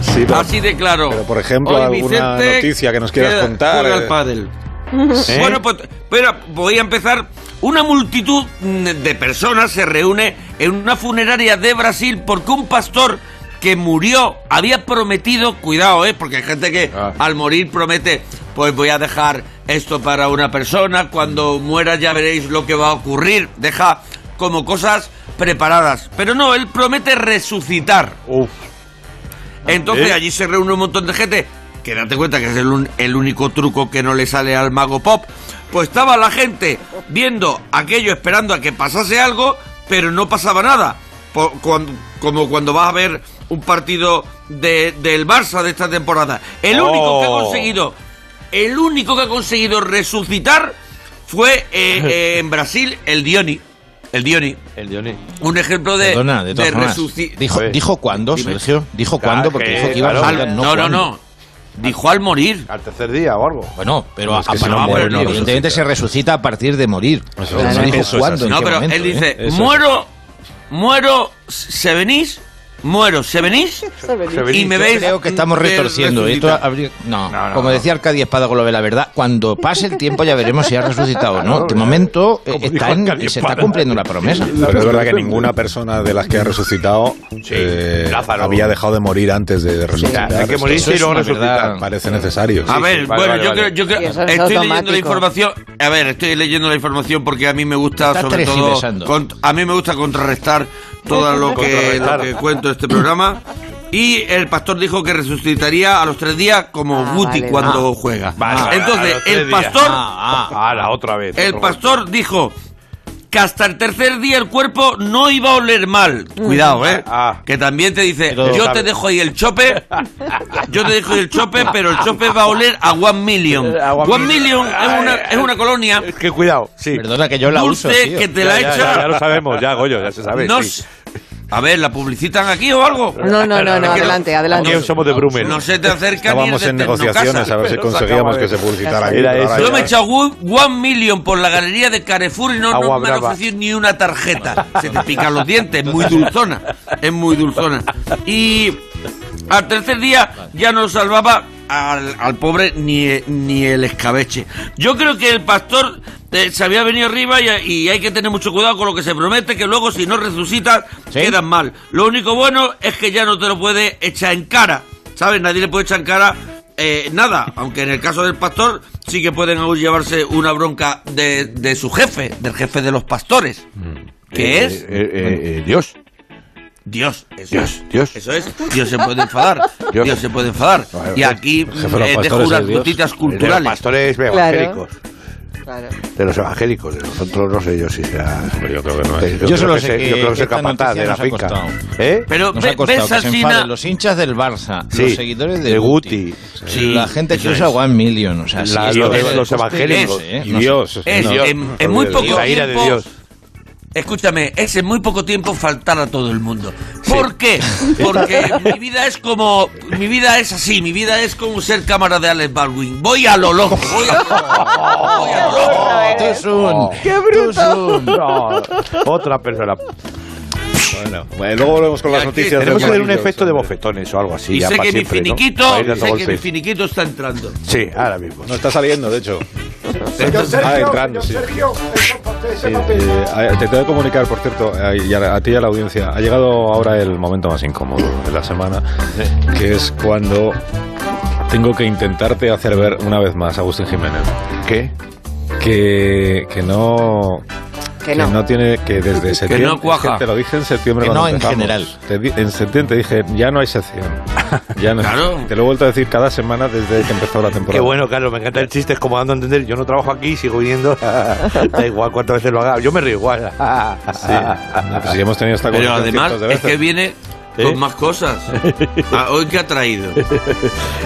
Speaker 2: Sí, pero-
Speaker 8: Así de claro.
Speaker 2: Pero, por ejemplo,
Speaker 8: Hoy
Speaker 2: alguna
Speaker 8: Vicente
Speaker 2: noticia que nos quieras
Speaker 8: queda-
Speaker 2: contar,
Speaker 8: juega
Speaker 2: eh.
Speaker 8: al pádel. Bueno, pues, pero voy a empezar. Una multitud mm, de personas se reúne en una funeraria de Brasil porque un pastor que murió había prometido, cuidado, ¿eh? porque hay gente que al morir promete, pues voy a dejar esto para una persona, cuando muera ya veréis lo que va a ocurrir, deja como cosas preparadas. Pero no, él promete resucitar.
Speaker 11: ¿Eh?
Speaker 8: Entonces allí se reúne un montón de gente, que date cuenta que es el, un- el único truco que no le sale al mago pop. Pues estaba la gente viendo aquello, esperando a que pasase algo, pero no pasaba nada. Po- cuan- como cuando vas a ver un partido de- del Barça de esta temporada. El
Speaker 11: Oh.
Speaker 8: único que ha conseguido, el único que ha conseguido resucitar fue eh, eh, en Brasil el Dioni. El Dioni.
Speaker 7: El Dionis.
Speaker 8: Un ejemplo de,
Speaker 11: Perdona, de todas formas.
Speaker 8: resuci-
Speaker 11: Dijo,
Speaker 7: Joder.
Speaker 11: dijo cuándo,
Speaker 8: Dime.
Speaker 11: Sergio. Dijo
Speaker 2: Claro,
Speaker 11: cuándo, porque
Speaker 2: que-
Speaker 11: dijo que iba a
Speaker 2: claro.
Speaker 11: resucitar,
Speaker 8: Al- no, no,
Speaker 11: cuándo.
Speaker 8: no. Dijo al morir.
Speaker 7: Al tercer día o algo.
Speaker 11: Bueno, pero
Speaker 2: Es que
Speaker 11: a-
Speaker 2: si
Speaker 11: para
Speaker 2: no
Speaker 11: morir,
Speaker 2: muere, no
Speaker 11: evidentemente se resucita a partir de morir.
Speaker 2: Eso
Speaker 11: Pero
Speaker 2: es.
Speaker 11: no dijo
Speaker 2: Eso es
Speaker 11: cuándo,
Speaker 2: así.
Speaker 11: en
Speaker 8: No,
Speaker 11: qué
Speaker 8: pero
Speaker 11: momento,
Speaker 8: él
Speaker 11: ¿eh?
Speaker 8: dice,
Speaker 11: Eso es.
Speaker 8: muero, muero, se venís, muero, se venís, y me
Speaker 11: Yo
Speaker 8: veis.
Speaker 11: Creo que estamos
Speaker 8: ver
Speaker 11: retorciendo. Esto
Speaker 8: resucitar.
Speaker 11: habría- no,
Speaker 7: No, no,
Speaker 11: como
Speaker 7: no.
Speaker 11: decía Arcadia Espada con lo de la verdad, cuando pase el tiempo ya veremos si ha resucitado o no. De momento eh, está en- se está cumpliendo la promesa.
Speaker 2: Pero es verdad que ninguna persona de las que ha resucitado eh,
Speaker 7: Lázaro.
Speaker 2: había dejado de morir antes de resucitar.
Speaker 7: Hay que morir
Speaker 11: Eso
Speaker 7: si
Speaker 11: es
Speaker 7: no
Speaker 11: una
Speaker 7: resucitar.
Speaker 11: verdad.
Speaker 2: Parece necesario.
Speaker 8: A
Speaker 2: Sí,
Speaker 8: ver,
Speaker 7: sí, vale,
Speaker 8: bueno,
Speaker 7: vale,
Speaker 8: yo
Speaker 7: vale.
Speaker 8: creo, yo creo-
Speaker 9: Y eso es
Speaker 8: estoy leyendo
Speaker 9: automático.
Speaker 8: la información. A ver, estoy leyendo la información porque a mí me gusta
Speaker 11: Estás
Speaker 8: sobre todo,
Speaker 11: tergiversando.
Speaker 8: cont- a mí me gusta contrarrestar todo lo que, lo
Speaker 7: Contrarrestar.
Speaker 8: que cuento este programa. Y el pastor dijo que resucitaría a los tres días como
Speaker 9: Ah,
Speaker 8: Guti
Speaker 9: vale,
Speaker 8: cuando juega.
Speaker 7: Ah, Vale, vale, a
Speaker 8: Entonces,
Speaker 7: los tres
Speaker 8: el
Speaker 7: días.
Speaker 8: pastor
Speaker 7: Ah, la ah, otra vez.
Speaker 8: El
Speaker 7: Otro-
Speaker 8: pastor dijo que hasta el tercer día el cuerpo no iba a oler mal.
Speaker 7: Ah,
Speaker 8: Cuidado, ¿eh? Que también te dice,
Speaker 11: Pero-
Speaker 8: yo te dejo ahí el chope, yo te dejo ahí el chope, pero el chope va a oler a One Million.
Speaker 11: A One
Speaker 8: One, Million es una, es una colonia...
Speaker 11: Que cuidado, sí.
Speaker 4: Perdona que yo la
Speaker 8: Dulce,
Speaker 4: uso, tío.
Speaker 8: que te la he
Speaker 11: Ya, ya,
Speaker 8: hecho...
Speaker 11: ya lo sabemos, ya, Goyo, ya se sabe.
Speaker 8: No
Speaker 11: sí.
Speaker 8: sé. A ver, ¿la publicitan aquí o algo?
Speaker 1: No, no, no, no, adelante, adelante.
Speaker 11: Aquí somos de Brummel.
Speaker 8: No se te acerca ni
Speaker 2: Estábamos
Speaker 8: el de
Speaker 2: en negociaciones
Speaker 8: Tecnocasa.
Speaker 2: a ver si
Speaker 11: Pero se
Speaker 2: conseguíamos
Speaker 11: acaba
Speaker 2: que
Speaker 11: de-
Speaker 2: se publicitara aquí.
Speaker 11: Era
Speaker 2: pero ahora
Speaker 11: eso.
Speaker 8: Yo me he
Speaker 2: ya-
Speaker 8: echado un- One Million por la galería de Carrefour y no, no
Speaker 11: Agua
Speaker 8: me han
Speaker 11: brava.
Speaker 8: ofrecido ni una tarjeta. Se te pican los dientes, es muy dulzona. Es muy dulzona. Y al tercer día ya no salvaba al, al pobre ni, ni el escabeche. Yo creo que el pastor eh, se había venido arriba y, y hay que tener mucho cuidado con lo que se promete, que luego si no resucitas quedas mal. Lo único bueno es que ya no te lo puede echar en cara. ¿Sabes? Nadie le puede echar en cara eh, nada, aunque en el caso del pastor sí que pueden aún llevarse una bronca de, de su jefe, del jefe de los pastores, que
Speaker 11: Eh,
Speaker 8: es
Speaker 11: eh, eh, eh, Dios.
Speaker 8: Dios. Eso
Speaker 11: Dios,
Speaker 8: es.
Speaker 11: Dios.
Speaker 8: Eso es. Dios se puede enfadar. Dios, se puede enfadar. Y aquí
Speaker 2: El jefe de
Speaker 8: eh,
Speaker 2: los
Speaker 8: dejo
Speaker 2: pastores
Speaker 8: unas
Speaker 2: es Dios.
Speaker 8: notitas
Speaker 11: De los
Speaker 8: culturales.
Speaker 11: pastores evangélicos.
Speaker 1: Claro.
Speaker 11: De los evangélicos, de nosotros no sé yo si será.
Speaker 2: Hombre, yo creo que no es.
Speaker 4: Yo solo
Speaker 11: que
Speaker 4: sé
Speaker 11: se-
Speaker 4: que
Speaker 11: yo creo que se
Speaker 4: esta
Speaker 11: capataz
Speaker 4: noticia
Speaker 11: de la
Speaker 4: nos ha
Speaker 11: finca.
Speaker 4: costado.
Speaker 11: ¿Eh?
Speaker 8: Pero
Speaker 4: Nos
Speaker 8: ve-
Speaker 4: ha costado
Speaker 8: ves
Speaker 4: que se
Speaker 8: Alsina.
Speaker 4: enfaden los hinchas del Barça,
Speaker 11: Sí,
Speaker 4: los seguidores de,
Speaker 11: de
Speaker 4: Guti,
Speaker 11: Guti.
Speaker 8: Sí,
Speaker 4: la gente que
Speaker 8: eso
Speaker 4: usa
Speaker 8: es.
Speaker 4: One Million, o sea, sí,
Speaker 11: La-
Speaker 4: es
Speaker 11: los-
Speaker 4: lo que-
Speaker 11: los evangélicos.
Speaker 4: es, ¿eh?
Speaker 2: Y
Speaker 4: No sé.
Speaker 2: Dios.
Speaker 8: Es,
Speaker 2: no,
Speaker 8: en,
Speaker 2: no
Speaker 8: en muy
Speaker 2: olvides.
Speaker 8: poco
Speaker 11: La ira de
Speaker 8: tiempo.
Speaker 11: Dios.
Speaker 8: Escúchame, es en muy poco tiempo faltar a todo el mundo. ¿Por qué? Porque mi vida es como. Mi vida es así, mi vida es como ser cámara de Alex Baldwin. Voy a lo loco. Voy a lo loco. voy a lo loco.
Speaker 4: Oh, tú es un-
Speaker 1: ¡Qué
Speaker 4: tú es
Speaker 1: bruto!
Speaker 4: un-
Speaker 11: No, otra persona.
Speaker 2: Bueno, bueno, luego volvemos con las
Speaker 8: Aquí
Speaker 2: noticias. de
Speaker 8: tenemos
Speaker 11: Tenemos que
Speaker 2: Juan
Speaker 11: hacer un
Speaker 2: Quillo,
Speaker 11: efecto de
Speaker 2: sobre-
Speaker 11: bofetones o algo así.
Speaker 8: Y
Speaker 11: ya
Speaker 8: sé
Speaker 11: para
Speaker 8: que mi
Speaker 11: siempre, ¿no?
Speaker 8: finiquito.
Speaker 11: Para ir dando
Speaker 8: Sé que mi
Speaker 11: golpes.
Speaker 8: finiquito está entrando.
Speaker 11: Sí, ahora mismo.
Speaker 2: No está saliendo, de hecho. ah,
Speaker 11: Sergio,
Speaker 2: entrando, sí.
Speaker 11: Sí,
Speaker 2: Eh, eh, a- te tengo que comunicar, por cierto, a, y a- a ti y a la audiencia. Ha llegado ahora el momento más incómodo de la semana, que es cuando tengo que intentarte hacer ver una vez más, Agustín Jiménez,
Speaker 11: ¿Qué?
Speaker 2: que, que no.
Speaker 1: Que no.
Speaker 2: tiene que desde septiembre
Speaker 8: no cuaja.
Speaker 2: es que te lo dije en septiembre
Speaker 4: Que
Speaker 2: cuando
Speaker 4: no, en
Speaker 2: empezamos.
Speaker 4: general.
Speaker 2: Te di- en septiembre te dije ya no hay sección ya no hay
Speaker 8: Claro.
Speaker 2: sección. te lo he vuelto a decir cada semana desde que empezó la temporada
Speaker 11: Qué bueno, Carlos, me encanta el chiste, es como dando a entender, yo no trabajo aquí, sigo viniendo, da igual cuántas veces lo haga, yo me río igual.
Speaker 2: sí, no, pues sí, hemos tenido esta
Speaker 8: Pero
Speaker 2: conversación
Speaker 8: además
Speaker 2: cientos de
Speaker 8: es
Speaker 2: veces.
Speaker 8: que viene
Speaker 11: ¿Eh?
Speaker 8: con más cosas. Ah, Hoy que ha traído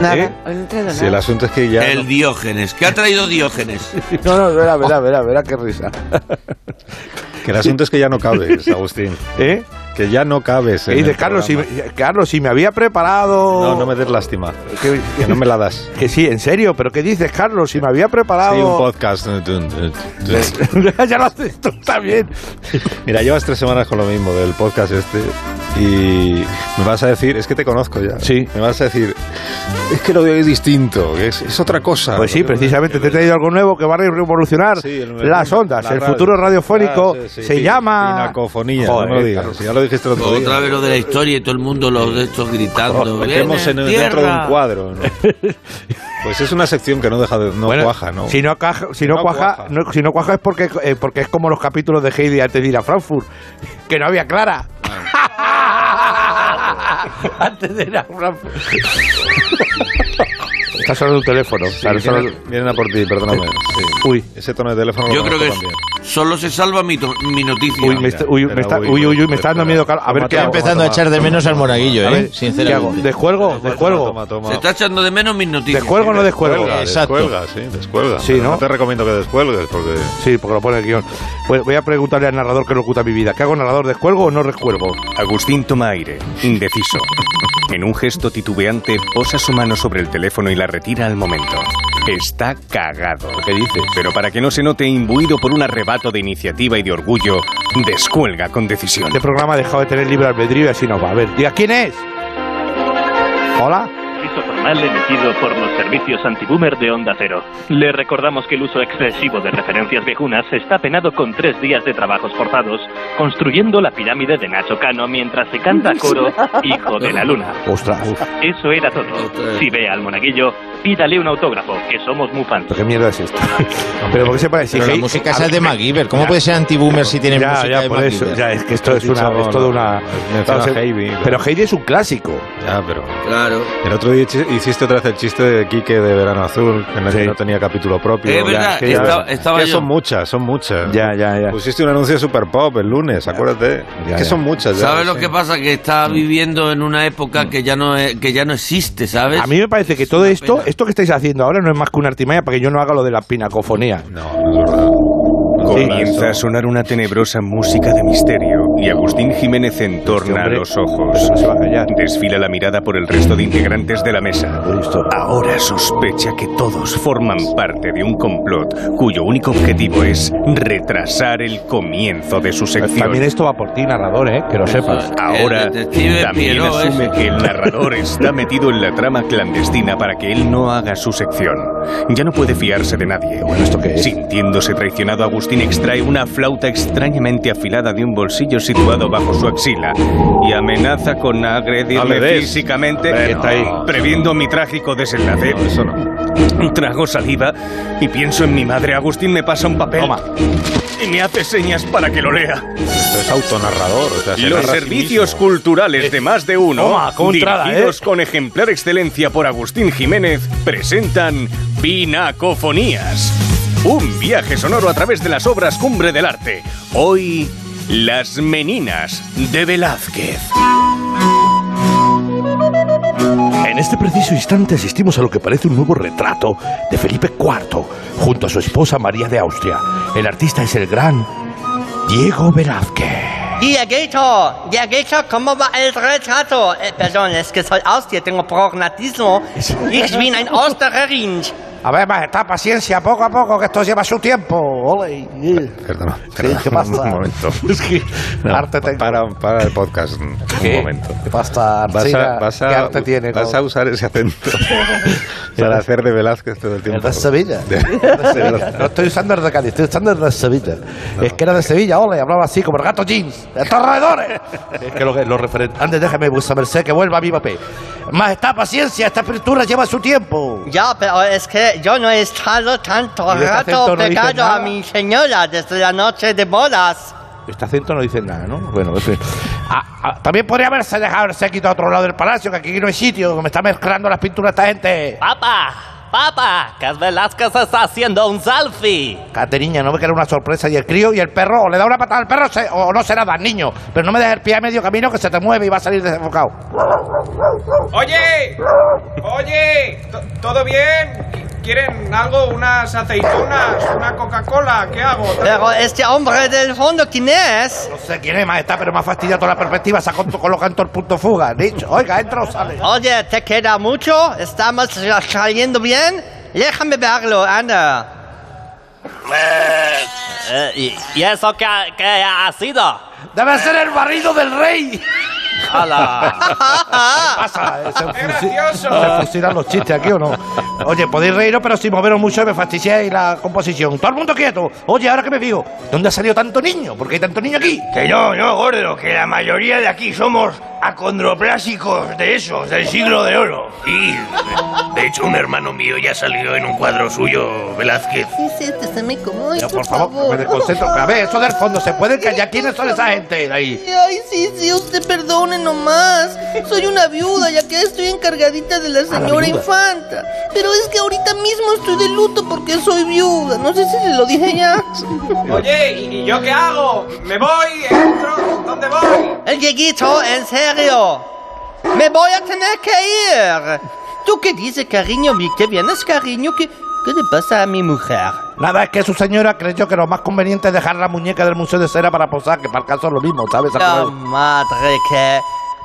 Speaker 1: Nada,
Speaker 11: ¿Eh?
Speaker 1: hoy no he traído
Speaker 2: Sí, el
Speaker 1: nada.
Speaker 2: asunto es que ya
Speaker 8: el Diógenes. ¿Qué ha traído Diógenes?
Speaker 11: No, no, verá, verá, verá, verá qué risa.
Speaker 2: Que el asunto es que ya no cabes, Agustín.
Speaker 11: ¿Eh?
Speaker 2: Que ya no cabes.
Speaker 11: ¿Qué
Speaker 2: en
Speaker 11: dice
Speaker 2: el
Speaker 11: Carlos? Si, me- Oh.
Speaker 2: programa.
Speaker 11: Carlos, si me había preparado...
Speaker 2: No, no me des lástima.
Speaker 11: que,
Speaker 2: Que no me la das.
Speaker 11: que sí, en serio, pero ¿qué dices, Carlos? Si me había
Speaker 2: Sí,
Speaker 11: preparado...
Speaker 2: un podcast.
Speaker 11: ya lo haces tú también.
Speaker 2: Mira, llevas tres semanas con lo mismo del podcast este y me vas a decir, es que te conozco ya.
Speaker 11: Sí.
Speaker 2: Me vas a decir, es que lo de hoy es distinto, que es, es otra cosa.
Speaker 11: Pues sí,
Speaker 2: Lo que-
Speaker 11: precisamente te he traído algo nuevo que va a revolucionar
Speaker 2: Sí, el-
Speaker 11: las ondas,
Speaker 2: la
Speaker 11: el
Speaker 2: radio.
Speaker 11: futuro radiofónico
Speaker 2: Ah, sí, sí,
Speaker 11: se
Speaker 2: sí.
Speaker 11: llama...
Speaker 2: Pinacofonía,
Speaker 11: Joder,
Speaker 2: no me lo digas.
Speaker 11: Carlos.
Speaker 2: Ya lo dijiste el otro día.
Speaker 8: Otra vez lo de la historia y todo el mundo los de estos gritando.
Speaker 11: Oh,
Speaker 2: Nos metemos en
Speaker 8: "Viene
Speaker 2: el- dentro de un
Speaker 8: tierra".
Speaker 2: cuadro. ¿no? Pues es una sección que no deja de no
Speaker 11: Bueno,
Speaker 2: cuaja, ¿no?
Speaker 11: Si no, caja- si no
Speaker 2: No
Speaker 11: cuaja,
Speaker 2: cuaja.
Speaker 11: no- si no cuaja es porque, eh, porque es como los capítulos de Heidi antes de ir a Frankfurt, que no había clara. antes de ir a Frankfurt. Está sonando un teléfono. claro,
Speaker 2: vienen,
Speaker 11: sonando-
Speaker 2: vienen a por ti, perdóname. Sí.
Speaker 11: Uy,
Speaker 2: Ese tono de teléfono. lo
Speaker 8: Yo creo que
Speaker 2: conozco también.
Speaker 8: solo se salva mi, to- mi noticia.
Speaker 11: uy, me está, uy, me
Speaker 2: espera,
Speaker 11: está,
Speaker 2: uy,
Speaker 11: uy, uy, uy, me
Speaker 2: espera.
Speaker 11: está dando miedo. Carlos. A ver
Speaker 2: Toma,
Speaker 11: qué
Speaker 4: Estoy
Speaker 2: toma,
Speaker 11: hago.
Speaker 4: empezando a echar de menos al monaguillo,
Speaker 11: A
Speaker 4: ¿eh?
Speaker 11: ver, ¿Qué hago?
Speaker 4: Sinceramente.
Speaker 11: ¿Descuelgo?
Speaker 2: Toma,
Speaker 11: ¿Descuelgo?
Speaker 2: Toma, toma.
Speaker 8: Se está echando de menos mis noticias.
Speaker 11: ¿Descuelgo o no descuelgo?
Speaker 2: Descuelga,
Speaker 4: Exacto.
Speaker 2: descuelga, sí, descuelga.
Speaker 11: Sí,
Speaker 2: Pero
Speaker 11: ¿no?
Speaker 2: te recomiendo que descuelgues porque
Speaker 11: Sí, porque lo pone el guión. Voy, voy a preguntarle al narrador que locuta mi vida. ¿Qué hago, narrador? ¿Descuelgo o no descuelgo?
Speaker 9: Agustín toma aire, indeciso. En un gesto titubeante, posa su mano sobre el teléfono y la retira al momento. Está cagado. ¿Qué dice? Pero para que no se note imbuido por un arrebato de iniciativa y de orgullo, descuelga con decisión.
Speaker 11: Este programa ha dejado de tener libre albedrío y así nos va. A ver, diga, ¿quién es? ¿Hola?
Speaker 12: Aviso formal emitido por los servicios antiboomer de Onda Cero. Le recordamos que el uso excesivo de referencias viejunas está penado con tres días de trabajos forzados, construyendo la pirámide de Nacho Cano mientras se canta a coro Hijo de la Luna.
Speaker 11: Ostras, uf,
Speaker 12: Eso era todo. Si ve al monaguillo, pídale un autógrafo, que somos muy fans.
Speaker 11: pero ¿qué mierda es esto? Pero porque se parece?
Speaker 4: Pero la música esa es de MacGyver. ¿Cómo puede ser anti-boomer si tiene
Speaker 11: ya,
Speaker 4: música
Speaker 11: ya,
Speaker 4: de
Speaker 11: por eso.
Speaker 4: MacGyver?
Speaker 11: Ya, es que esto es
Speaker 2: Dicho,
Speaker 11: una. Es todo
Speaker 2: no,
Speaker 11: una
Speaker 2: menciona
Speaker 11: Entonces,
Speaker 2: Heidi, pero-
Speaker 11: pero Heidi es un clásico.
Speaker 2: ya, pero
Speaker 8: Claro.
Speaker 2: el otro hoy hici- hiciste otra vez el chiste de Quique de Verano Azul, en el que no tenía capítulo propio.
Speaker 8: Es verdad,
Speaker 2: que
Speaker 8: estaba- estaba
Speaker 2: que
Speaker 8: yo.
Speaker 2: son muchas, son muchas.
Speaker 8: Ya, ya, ya.
Speaker 2: Pusiste un anuncio de Super Pop el lunes, acuérdate. que son muchas. ya,
Speaker 8: ¿Sabes lo
Speaker 2: sí.
Speaker 8: que pasa? Que está viviendo en una época que ya no, es- que ya no existe, ¿sabes?
Speaker 3: A mí me parece que todo esto, esto que estáis haciendo ahora no es más que una artimaña para que yo no haga lo de la pinacofonía.
Speaker 9: Comienza a sonar una tenebrosa música de misterio y Agustín Jiménez
Speaker 3: Este
Speaker 9: entorna
Speaker 12: hombre,
Speaker 9: los ojos. Desfila la mirada por el resto de integrantes de la mesa. Ahora sospecha que todos forman parte de un complot cuyo único objetivo es retrasar el comienzo de su sección.
Speaker 3: También esto va por ti, narrador, ¿eh? que lo sepas.
Speaker 9: Ahora también
Speaker 3: Pierrot
Speaker 9: asume
Speaker 3: ese.
Speaker 9: que el narrador está metido en la trama clandestina para que él no haga su sección. Ya no puede fiarse de nadie. Sintiéndose traicionado, Agustín extrae una flauta extrañamente afilada de un bolsillo situado bajo su axila y amenaza con agredirme
Speaker 2: No me des.
Speaker 9: físicamente,
Speaker 2: Hombre, no.
Speaker 9: previendo mi trágico desenlace. Trago saliva y pienso en mi madre. Agustín me pasa un papel y me hace señas para que lo lea.
Speaker 2: Esto es autonarrador. o sea, se
Speaker 9: Los
Speaker 2: narra a sí Eh,
Speaker 9: servicios culturales de más de uno,
Speaker 2: Toma, como entrada, eh?
Speaker 9: dirigidos con ejemplar excelencia por Agustín Jiménez, presentan Pinacofonías, un viaje sonoro a través de las obras cumbre del arte. Hoy, Las Meninas de Velázquez.
Speaker 3: En este preciso instante asistimos a lo que parece un nuevo retrato de Felipe IV junto a su esposa María de Austria. El artista es el gran Diego Velázquez.
Speaker 5: Dieguito, Dieguito, ¿cómo va el retrato? Eh, perdón, es que soy Austria, tengo prognatismo. Ich bin ein Österreicher.
Speaker 11: A ver, majestad, paciencia, poco a poco, que esto lleva su tiempo. Ole.
Speaker 2: Perdón,
Speaker 11: Sí, ¿qué pasa?
Speaker 2: Un momento. Es que para, para el podcast. Un momento.
Speaker 11: ¿Qué pasa,
Speaker 2: Vas
Speaker 11: Arcila?
Speaker 2: a, vas a-
Speaker 11: ¿Qué arte tiene?
Speaker 2: vas a usar ese acento para hacer de Velázquez todo el tiempo.
Speaker 11: El de Sevilla.
Speaker 2: De-
Speaker 11: El de Sevilla. No estoy usando el de Cádiz, estoy usando el de Sevilla. Es que era de Sevilla, ole, hablaba así como el gato jeans. ¡De alrededores! es que los lo referentes. Antes déjame, Busa Merced, que vuelva mi papel. Majestad, paciencia, esta pintura lleva su tiempo.
Speaker 5: Ya, pero es que yo no he estado tanto
Speaker 3: Y de este
Speaker 5: rato
Speaker 3: acento no dices
Speaker 5: pegado a
Speaker 3: nada.
Speaker 5: mi señora desde la noche de bodas.
Speaker 3: Este acento no dice nada, ¿no? Bueno, en fin.
Speaker 11: Ah, ah, también podría haberse dejado el séquito a otro lado del palacio, que aquí no hay sitio, que me está mezclando las pinturas esta gente.
Speaker 13: ¡Papá! ¡Papá! ¡Que Velázquez está haciendo un selfie!
Speaker 11: Cateriña, no me queda una sorpresa. Y el crío y el perro, o le da una patada al perro se- o no será nada, niño. Pero no me dejes el pie a medio camino que se te mueve y va a salir desenfocado.
Speaker 14: Oye, oye, ¿to- ¿todo bien? ¿Quieren algo? ¿Unas aceitunas? ¿Una Coca-Cola? ¿Qué hago?
Speaker 5: Pero este hombre del fondo, ¿quién es?
Speaker 11: No sé quién es, majestad, pero me ha fastidiado toda la perspectiva. Se ha col- colocado en todo el punto fuga. Dicho, oiga, entra o sale.
Speaker 5: Oye, ¿te queda Oh, mucho? ¿Estamos sa- saliendo bien? Déjame verlo, Ana.
Speaker 13: Eh, y, y eso qué ha, qué ha sido?
Speaker 11: ¡Debe ser el barrido del rey!
Speaker 6: Ah.
Speaker 13: ¡Hala!
Speaker 11: ¿Se fusilan los chistes aquí o no? Oye, podéis reíros, pero sin moveros mucho me fastidiáis la composición. Todo el mundo quieto. Oye, ahora que me digo, ¿dónde ha salido tanto niño? ¿Por qué hay tanto niño aquí?
Speaker 15: Que no, no, gordo, que la mayoría de aquí somos acondroplásicos de esos, del siglo de oro. Y, de hecho, un hermano mío ya salió en un cuadro suyo, Velázquez.
Speaker 11: Pero, por favor, me desconcentro. A ver, eso del fondo, ¿se puede callar? ¿Quiénes son esa gente de ahí?
Speaker 5: Ay, sí, sí, usted perdone nomás. Soy una viuda, ya que estoy encargadita de la señora
Speaker 11: Ah, viuda.
Speaker 5: infanta. Pero es que ahorita mismo estoy de luto porque soy viuda. No sé si se lo dije ya.
Speaker 14: Oye, ¿y- ¿y yo qué hago? ¿Me voy? ¿Entro? ¿Dónde voy?
Speaker 5: El Dieguito, en serio. Me voy a tener que ir. ¿Tú qué dices, cariño? ¿Mi- ¿Qué vienes, cariño? ¿Qué, qué le pasa a mi mujer?
Speaker 11: Nada, es que su señora creyó que lo más conveniente es dejar la muñeca del Museo de Cera para posar, que para el caso es lo mismo, ¿sabes?
Speaker 5: La madre que...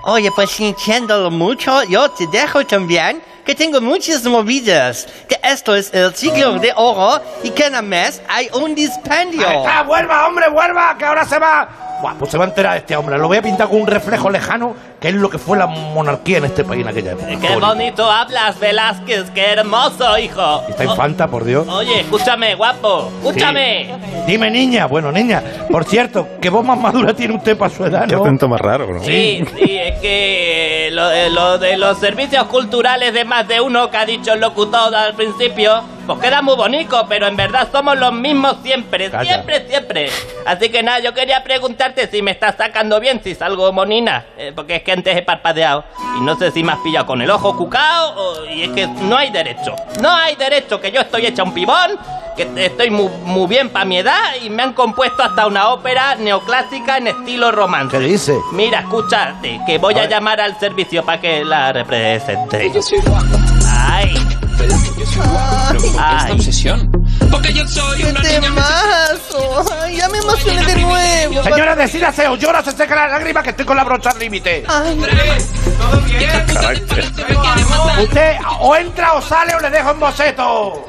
Speaker 5: Oye, pues sintiéndolo mucho, yo te dejo también que tengo muchas movidas. Que esto es el siglo de oro y que en el mes hay un dispendio.
Speaker 11: ¡Ah, vuelva, hombre, vuelva! ¡Que ahora se va! Buah, pues se va a enterar este hombre. Lo voy a pintar con un reflejo lejano, que es lo que fue la monarquía en este país en aquella época.
Speaker 13: ¡Qué bonito hablas, Velázquez! ¡Qué hermoso, hijo!
Speaker 11: Esta infanta, por Dios.
Speaker 13: O- Oye, escúchame, guapo. Escúchame.
Speaker 11: Dime, niña. Bueno, niña, por cierto, ¿qué voz más madura tiene usted para su edad,
Speaker 2: Qué
Speaker 11: no?
Speaker 2: acento más raro, ¿no?
Speaker 13: Sí, sí, es que eh, lo, eh, lo de los servicios culturales de más de uno que ha dicho el locutor al principio Pues queda muy bonito, pero en verdad somos los mismos siempre,
Speaker 11: Calla.
Speaker 13: siempre, siempre. Así que nada, yo quería preguntarte si me estás sacando bien, si salgo monina. eh, porque es que antes he parpadeado y no sé si me has pillado con el ojo cucao o- y es que no hay derecho. No hay derecho, que yo estoy hecha un pibón, que estoy muy, muy bien para mi edad y me han compuesto hasta una ópera neoclásica en estilo romance.
Speaker 11: ¿Qué dice?
Speaker 13: Mira, escúchate, que voy
Speaker 11: A
Speaker 13: a
Speaker 11: ver.
Speaker 13: llamar al servicio para que la represente. Ay. Ay.
Speaker 14: obsesión? Porque yo soy una niña
Speaker 11: temazo! ¡Ya me emocioné de nuevo! Señora, decídase o llora o se seca la lágrima que estoy con la brocha al límite. Usted ¿Eh? o entra o sale o le dejo en boceto.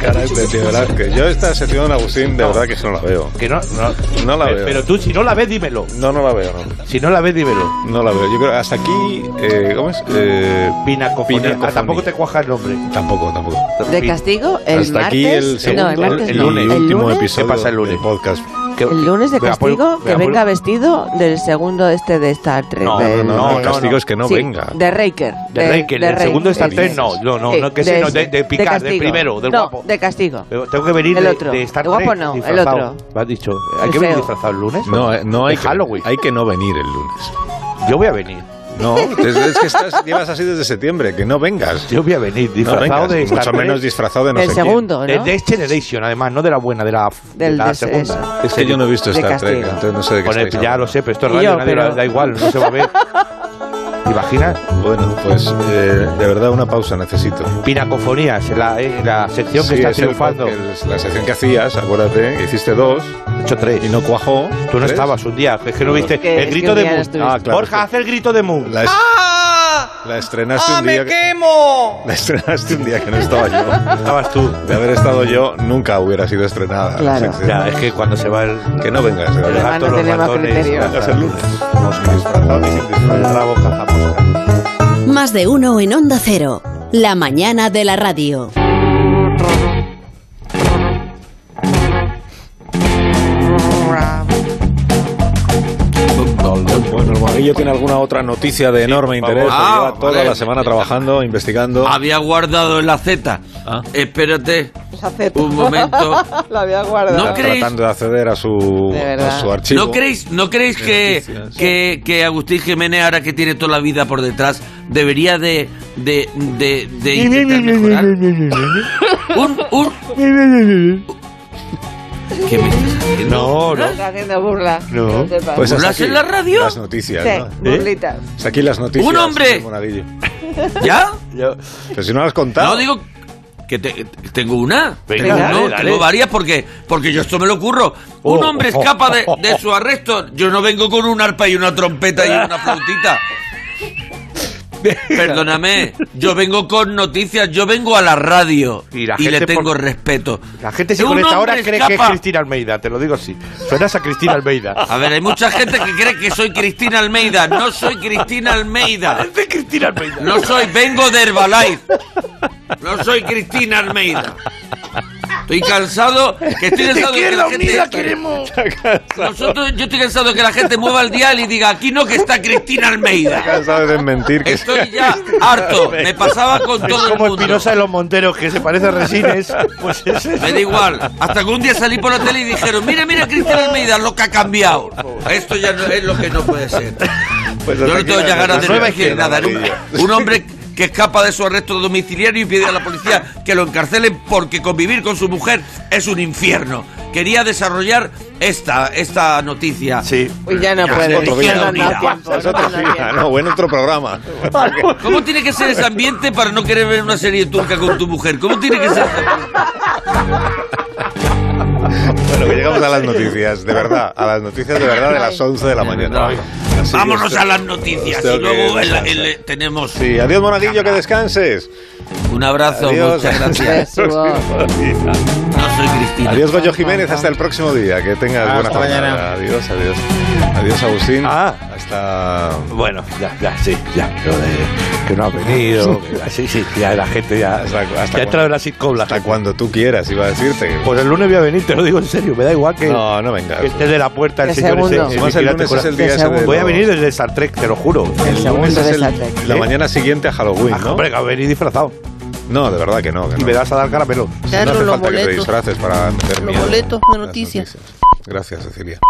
Speaker 2: Caray, de verdad que yo esta sección, Agustín, de verdad que no la veo.
Speaker 11: Que no, no,
Speaker 2: no la
Speaker 11: Eh,
Speaker 2: veo.
Speaker 11: pero tú, si no la ves, dímelo.
Speaker 2: No, no la veo.
Speaker 11: Si no la ves, dímelo.
Speaker 2: No la veo. Yo creo que hasta aquí, eh, ¿cómo es? Eh,
Speaker 11: Pinacofonía.
Speaker 2: pinacofonía.
Speaker 11: Ah, tampoco te cuaja el nombre.
Speaker 2: Tampoco, tampoco.
Speaker 1: ¿De castigo? ¿El
Speaker 2: hasta
Speaker 1: martes?
Speaker 2: aquí el segundo,
Speaker 1: no, el martes.
Speaker 2: el
Speaker 1: no.
Speaker 2: último
Speaker 1: ¿El lunes?
Speaker 2: episodio
Speaker 11: ¿Qué pasa el lunes?
Speaker 2: del podcast.
Speaker 1: El lunes de
Speaker 2: Voy
Speaker 11: pues,
Speaker 2: a poner-
Speaker 1: castigo,
Speaker 2: voy
Speaker 1: que
Speaker 2: a poner-
Speaker 1: venga vestido del segundo este de Star Trek.
Speaker 2: No,
Speaker 1: del-
Speaker 2: no, no,
Speaker 1: del-
Speaker 2: castigo es que no
Speaker 1: Sí,
Speaker 2: venga.
Speaker 1: De Raker.
Speaker 11: De Raker, el segundo de Star Trek, no, no, no, no, que ese no, de- de Picard, del
Speaker 1: castigo.
Speaker 11: primero, del
Speaker 1: no,
Speaker 11: guapo.
Speaker 1: de castigo.
Speaker 11: Pero pues, eh, tengo que venir
Speaker 1: El
Speaker 11: de-
Speaker 1: otro.
Speaker 11: de Star
Speaker 1: El guapo
Speaker 11: Trek
Speaker 1: no, el
Speaker 11: disfrazado.
Speaker 1: otro.
Speaker 11: Me has dicho, ¿hay
Speaker 1: El
Speaker 11: que venir
Speaker 1: feo.
Speaker 11: disfrazado el lunes?
Speaker 2: No, eh, no hay
Speaker 11: De
Speaker 2: que,
Speaker 11: Halloween.
Speaker 2: hay que no venir el lunes.
Speaker 11: Yo voy a venir.
Speaker 2: No, es, es que estás, llevas así desde septiembre, que no vengas.
Speaker 11: Yo voy a venir disfrazado
Speaker 2: vengas,
Speaker 11: de Star
Speaker 2: Mucho
Speaker 11: Trek.
Speaker 2: menos disfrazado de no sé quién.
Speaker 11: De Next Generation, además, no de la buena, de la, de
Speaker 1: Del
Speaker 11: la
Speaker 1: de-
Speaker 11: segunda.
Speaker 2: Es que yo no he visto Star Trek, entonces no sé de qué
Speaker 11: Bueno,
Speaker 2: estáis
Speaker 11: ya
Speaker 2: hablando.
Speaker 11: lo sé, pero esto es
Speaker 2: Y
Speaker 11: radio,
Speaker 2: yo,
Speaker 11: nadie
Speaker 2: pero-
Speaker 11: lo- da igual, no se va a ver. ¿Te imaginas?
Speaker 2: Bueno, pues eh, de verdad una pausa necesito.
Speaker 11: Pinacofonías, la, eh, la sección
Speaker 2: Sí,
Speaker 11: que está
Speaker 2: es el
Speaker 11: triunfando.
Speaker 2: podcast, la sección que hacías, acuérdate, hiciste dos.
Speaker 11: hecho tres.
Speaker 2: Y no cuajó.
Speaker 11: Tú no estabas Ah, un día, es que no viste. el grito de Moon. Borja, haz el grito de Moon.
Speaker 2: La, es-
Speaker 14: ¡Ah!
Speaker 2: la estrenaste
Speaker 14: ¡Ah,
Speaker 2: un
Speaker 14: me
Speaker 2: día. que-
Speaker 14: quemo!
Speaker 2: La estrenaste un día que no estaba yo.
Speaker 11: Estabas tú.
Speaker 2: De haber estado yo, nunca hubiera sido estrenada.
Speaker 11: Claro. Ya,
Speaker 2: es
Speaker 11: que cuando se va el.
Speaker 2: Que no vengas, de verdad.
Speaker 11: gato, los ratones,
Speaker 2: Vengas el lunes.
Speaker 11: la boca zaposca.
Speaker 10: Más de uno en Onda Cero. La mañana de la radio.
Speaker 2: Bueno, el Monaguillo tiene alguna otra noticia de enorme interés.
Speaker 8: Ah,
Speaker 2: porque lleva toda
Speaker 8: vale. Ah,
Speaker 2: la semana trabajando, investigando.
Speaker 8: Había guardado en la Z. Espérate.
Speaker 1: Pues
Speaker 8: Un momento.
Speaker 1: La había guardado.
Speaker 8: ¿No creéis,
Speaker 2: tratando de acceder a su,
Speaker 1: De verdad.
Speaker 2: a su archivo.
Speaker 8: ¿no creéis, no creéis que, que, que Agustín Jiménez, ahora que tiene toda la vida por detrás, debería de, de, de, de intentar mejorar? un, un... ¿Qué me estás haciendo?
Speaker 1: No. Está haciendo burla.
Speaker 2: No.
Speaker 1: te pases.
Speaker 2: Pues hasta
Speaker 8: ¿Eh? ¿Burlas
Speaker 2: aquí
Speaker 8: en la radio?
Speaker 2: Las noticias,
Speaker 1: Sí,
Speaker 2: ¿no?
Speaker 1: burlitas.
Speaker 2: Hasta aquí las noticias.
Speaker 8: ¡Un hombre!
Speaker 2: del Monaguillo.
Speaker 8: ¿Ya?
Speaker 2: Pero si no las has contado.
Speaker 8: No, digo que te- tengo una.
Speaker 2: Venga,
Speaker 8: Tengo-
Speaker 2: dale,
Speaker 8: no,
Speaker 2: dale.
Speaker 8: tengo varias porque, porque yo esto me lo ocurro. Un
Speaker 2: Oh,
Speaker 8: hombre
Speaker 2: oh,
Speaker 8: escapa de,
Speaker 2: oh,
Speaker 8: de su arresto. Yo no vengo con un arpa y una trompeta y una flautita. Perdóname, yo vengo con noticias, yo vengo a la radio y,
Speaker 11: la
Speaker 8: le
Speaker 11: gente
Speaker 8: tengo
Speaker 11: por-
Speaker 8: respeto.
Speaker 11: La gente si
Speaker 8: Un
Speaker 11: con esta
Speaker 8: hombre
Speaker 11: hora cree que es
Speaker 8: escapa-
Speaker 11: Cristina Almeida, te lo digo así. Suenas a Cristina Almeida.
Speaker 8: A ver, hay mucha gente que cree que soy Cristina Almeida. No soy Cristina Almeida. Cristina Almeida. No soy, vengo de Herbalife. No soy Cristina Almeida. Estoy cansado. Que estoy cansado de que la gente.
Speaker 11: queremos.
Speaker 8: Nosotros, yo estoy cansado de que la gente mueva el dial y diga aquí no que está Cristina Almeida.
Speaker 2: Cansado de mentir. Que
Speaker 8: Estoy ya harto. Me pasaba con
Speaker 11: Es
Speaker 8: todo el
Speaker 11: como
Speaker 8: mundo.
Speaker 11: Espinosa de los Monteros, que se parece a Resines. Pues ese.
Speaker 8: Me da igual. Hasta que un día salí por la tele y dijeron, mira, mira Cristina Almeida, lo que ha cambiado. Esto ya no es lo que no puede ser.
Speaker 2: Pues
Speaker 8: Yo
Speaker 2: hasta
Speaker 8: no
Speaker 2: aquí
Speaker 8: tengo
Speaker 2: la-
Speaker 8: ya
Speaker 2: la
Speaker 8: ganas de
Speaker 2: nueva
Speaker 8: decir
Speaker 2: izquierda
Speaker 8: nada nunca. Un hombre que escapa de su arresto domiciliario y pide a la policía que lo encarcelen porque convivir con su mujer es un infierno. Quería desarrollar esta, esta noticia. Sí.
Speaker 1: Uy, ya no puede.
Speaker 2: Otro día.
Speaker 1: Ya no da tiempo,
Speaker 2: Es otro
Speaker 1: no da
Speaker 2: día,
Speaker 1: tiempo.
Speaker 2: no, bueno, otro
Speaker 8: Ah.
Speaker 2: programa.
Speaker 8: ¿Cómo tiene que ser ese ambiente para no querer ver una serie turca con tu mujer? ¿Cómo tiene que ser?
Speaker 2: Bueno, que llegamos a las noticias, de verdad. A las noticias de verdad de las 11 de la mañana. Así que
Speaker 8: Vámonos
Speaker 2: esto-
Speaker 8: a las noticias
Speaker 2: esto
Speaker 8: y luego
Speaker 2: que-
Speaker 8: el- el- tenemos...
Speaker 2: Sí, adiós, Monaguillo, que descanses.
Speaker 8: Un abrazo,
Speaker 2: Adiós.
Speaker 8: muchas gracias.
Speaker 2: Adiós.
Speaker 8: Nos soy Cristina.
Speaker 2: Adiós, Goyo Jiménez. Hasta el próximo día. Que tengas buena
Speaker 8: hasta
Speaker 2: jornada.
Speaker 8: mañana.
Speaker 2: Adiós, adiós. Adiós, Agustín.
Speaker 11: Ah.
Speaker 2: Hasta.
Speaker 11: Bueno, ya, ya, sí, ya. Lo de que no ha venido. que- sí, sí, ya la gente ya.
Speaker 2: Hasta, hasta
Speaker 11: ya ha entrado en la
Speaker 2: sitcom. Hasta cuando tú quieras, iba a decirte.
Speaker 11: Pues el lunes voy a venir, te lo digo en serio. Me da igual que.
Speaker 2: No, no vengas.
Speaker 11: Que esté de la puerta el
Speaker 2: De
Speaker 11: señor
Speaker 2: segundo.
Speaker 11: ese.
Speaker 2: Además, el
Speaker 11: vigilante
Speaker 2: lunes es el
Speaker 11: con-
Speaker 2: día De ese de segundo.
Speaker 11: Voy a venir desde Star Trek, te lo juro.
Speaker 2: El lunes es el- la mañana siguiente a Halloween,
Speaker 16: Ah,
Speaker 2: ¿no?
Speaker 11: Ah, Hombre, que voy a venir disfrazado.
Speaker 2: No, de verdad que no.
Speaker 11: Y me das a dar caramelo.
Speaker 2: No hace falta que te
Speaker 16: boletos.
Speaker 2: disfraces para meter
Speaker 16: Los
Speaker 2: miedo.
Speaker 16: boletos de noticias.
Speaker 2: Gracias, Cecilia.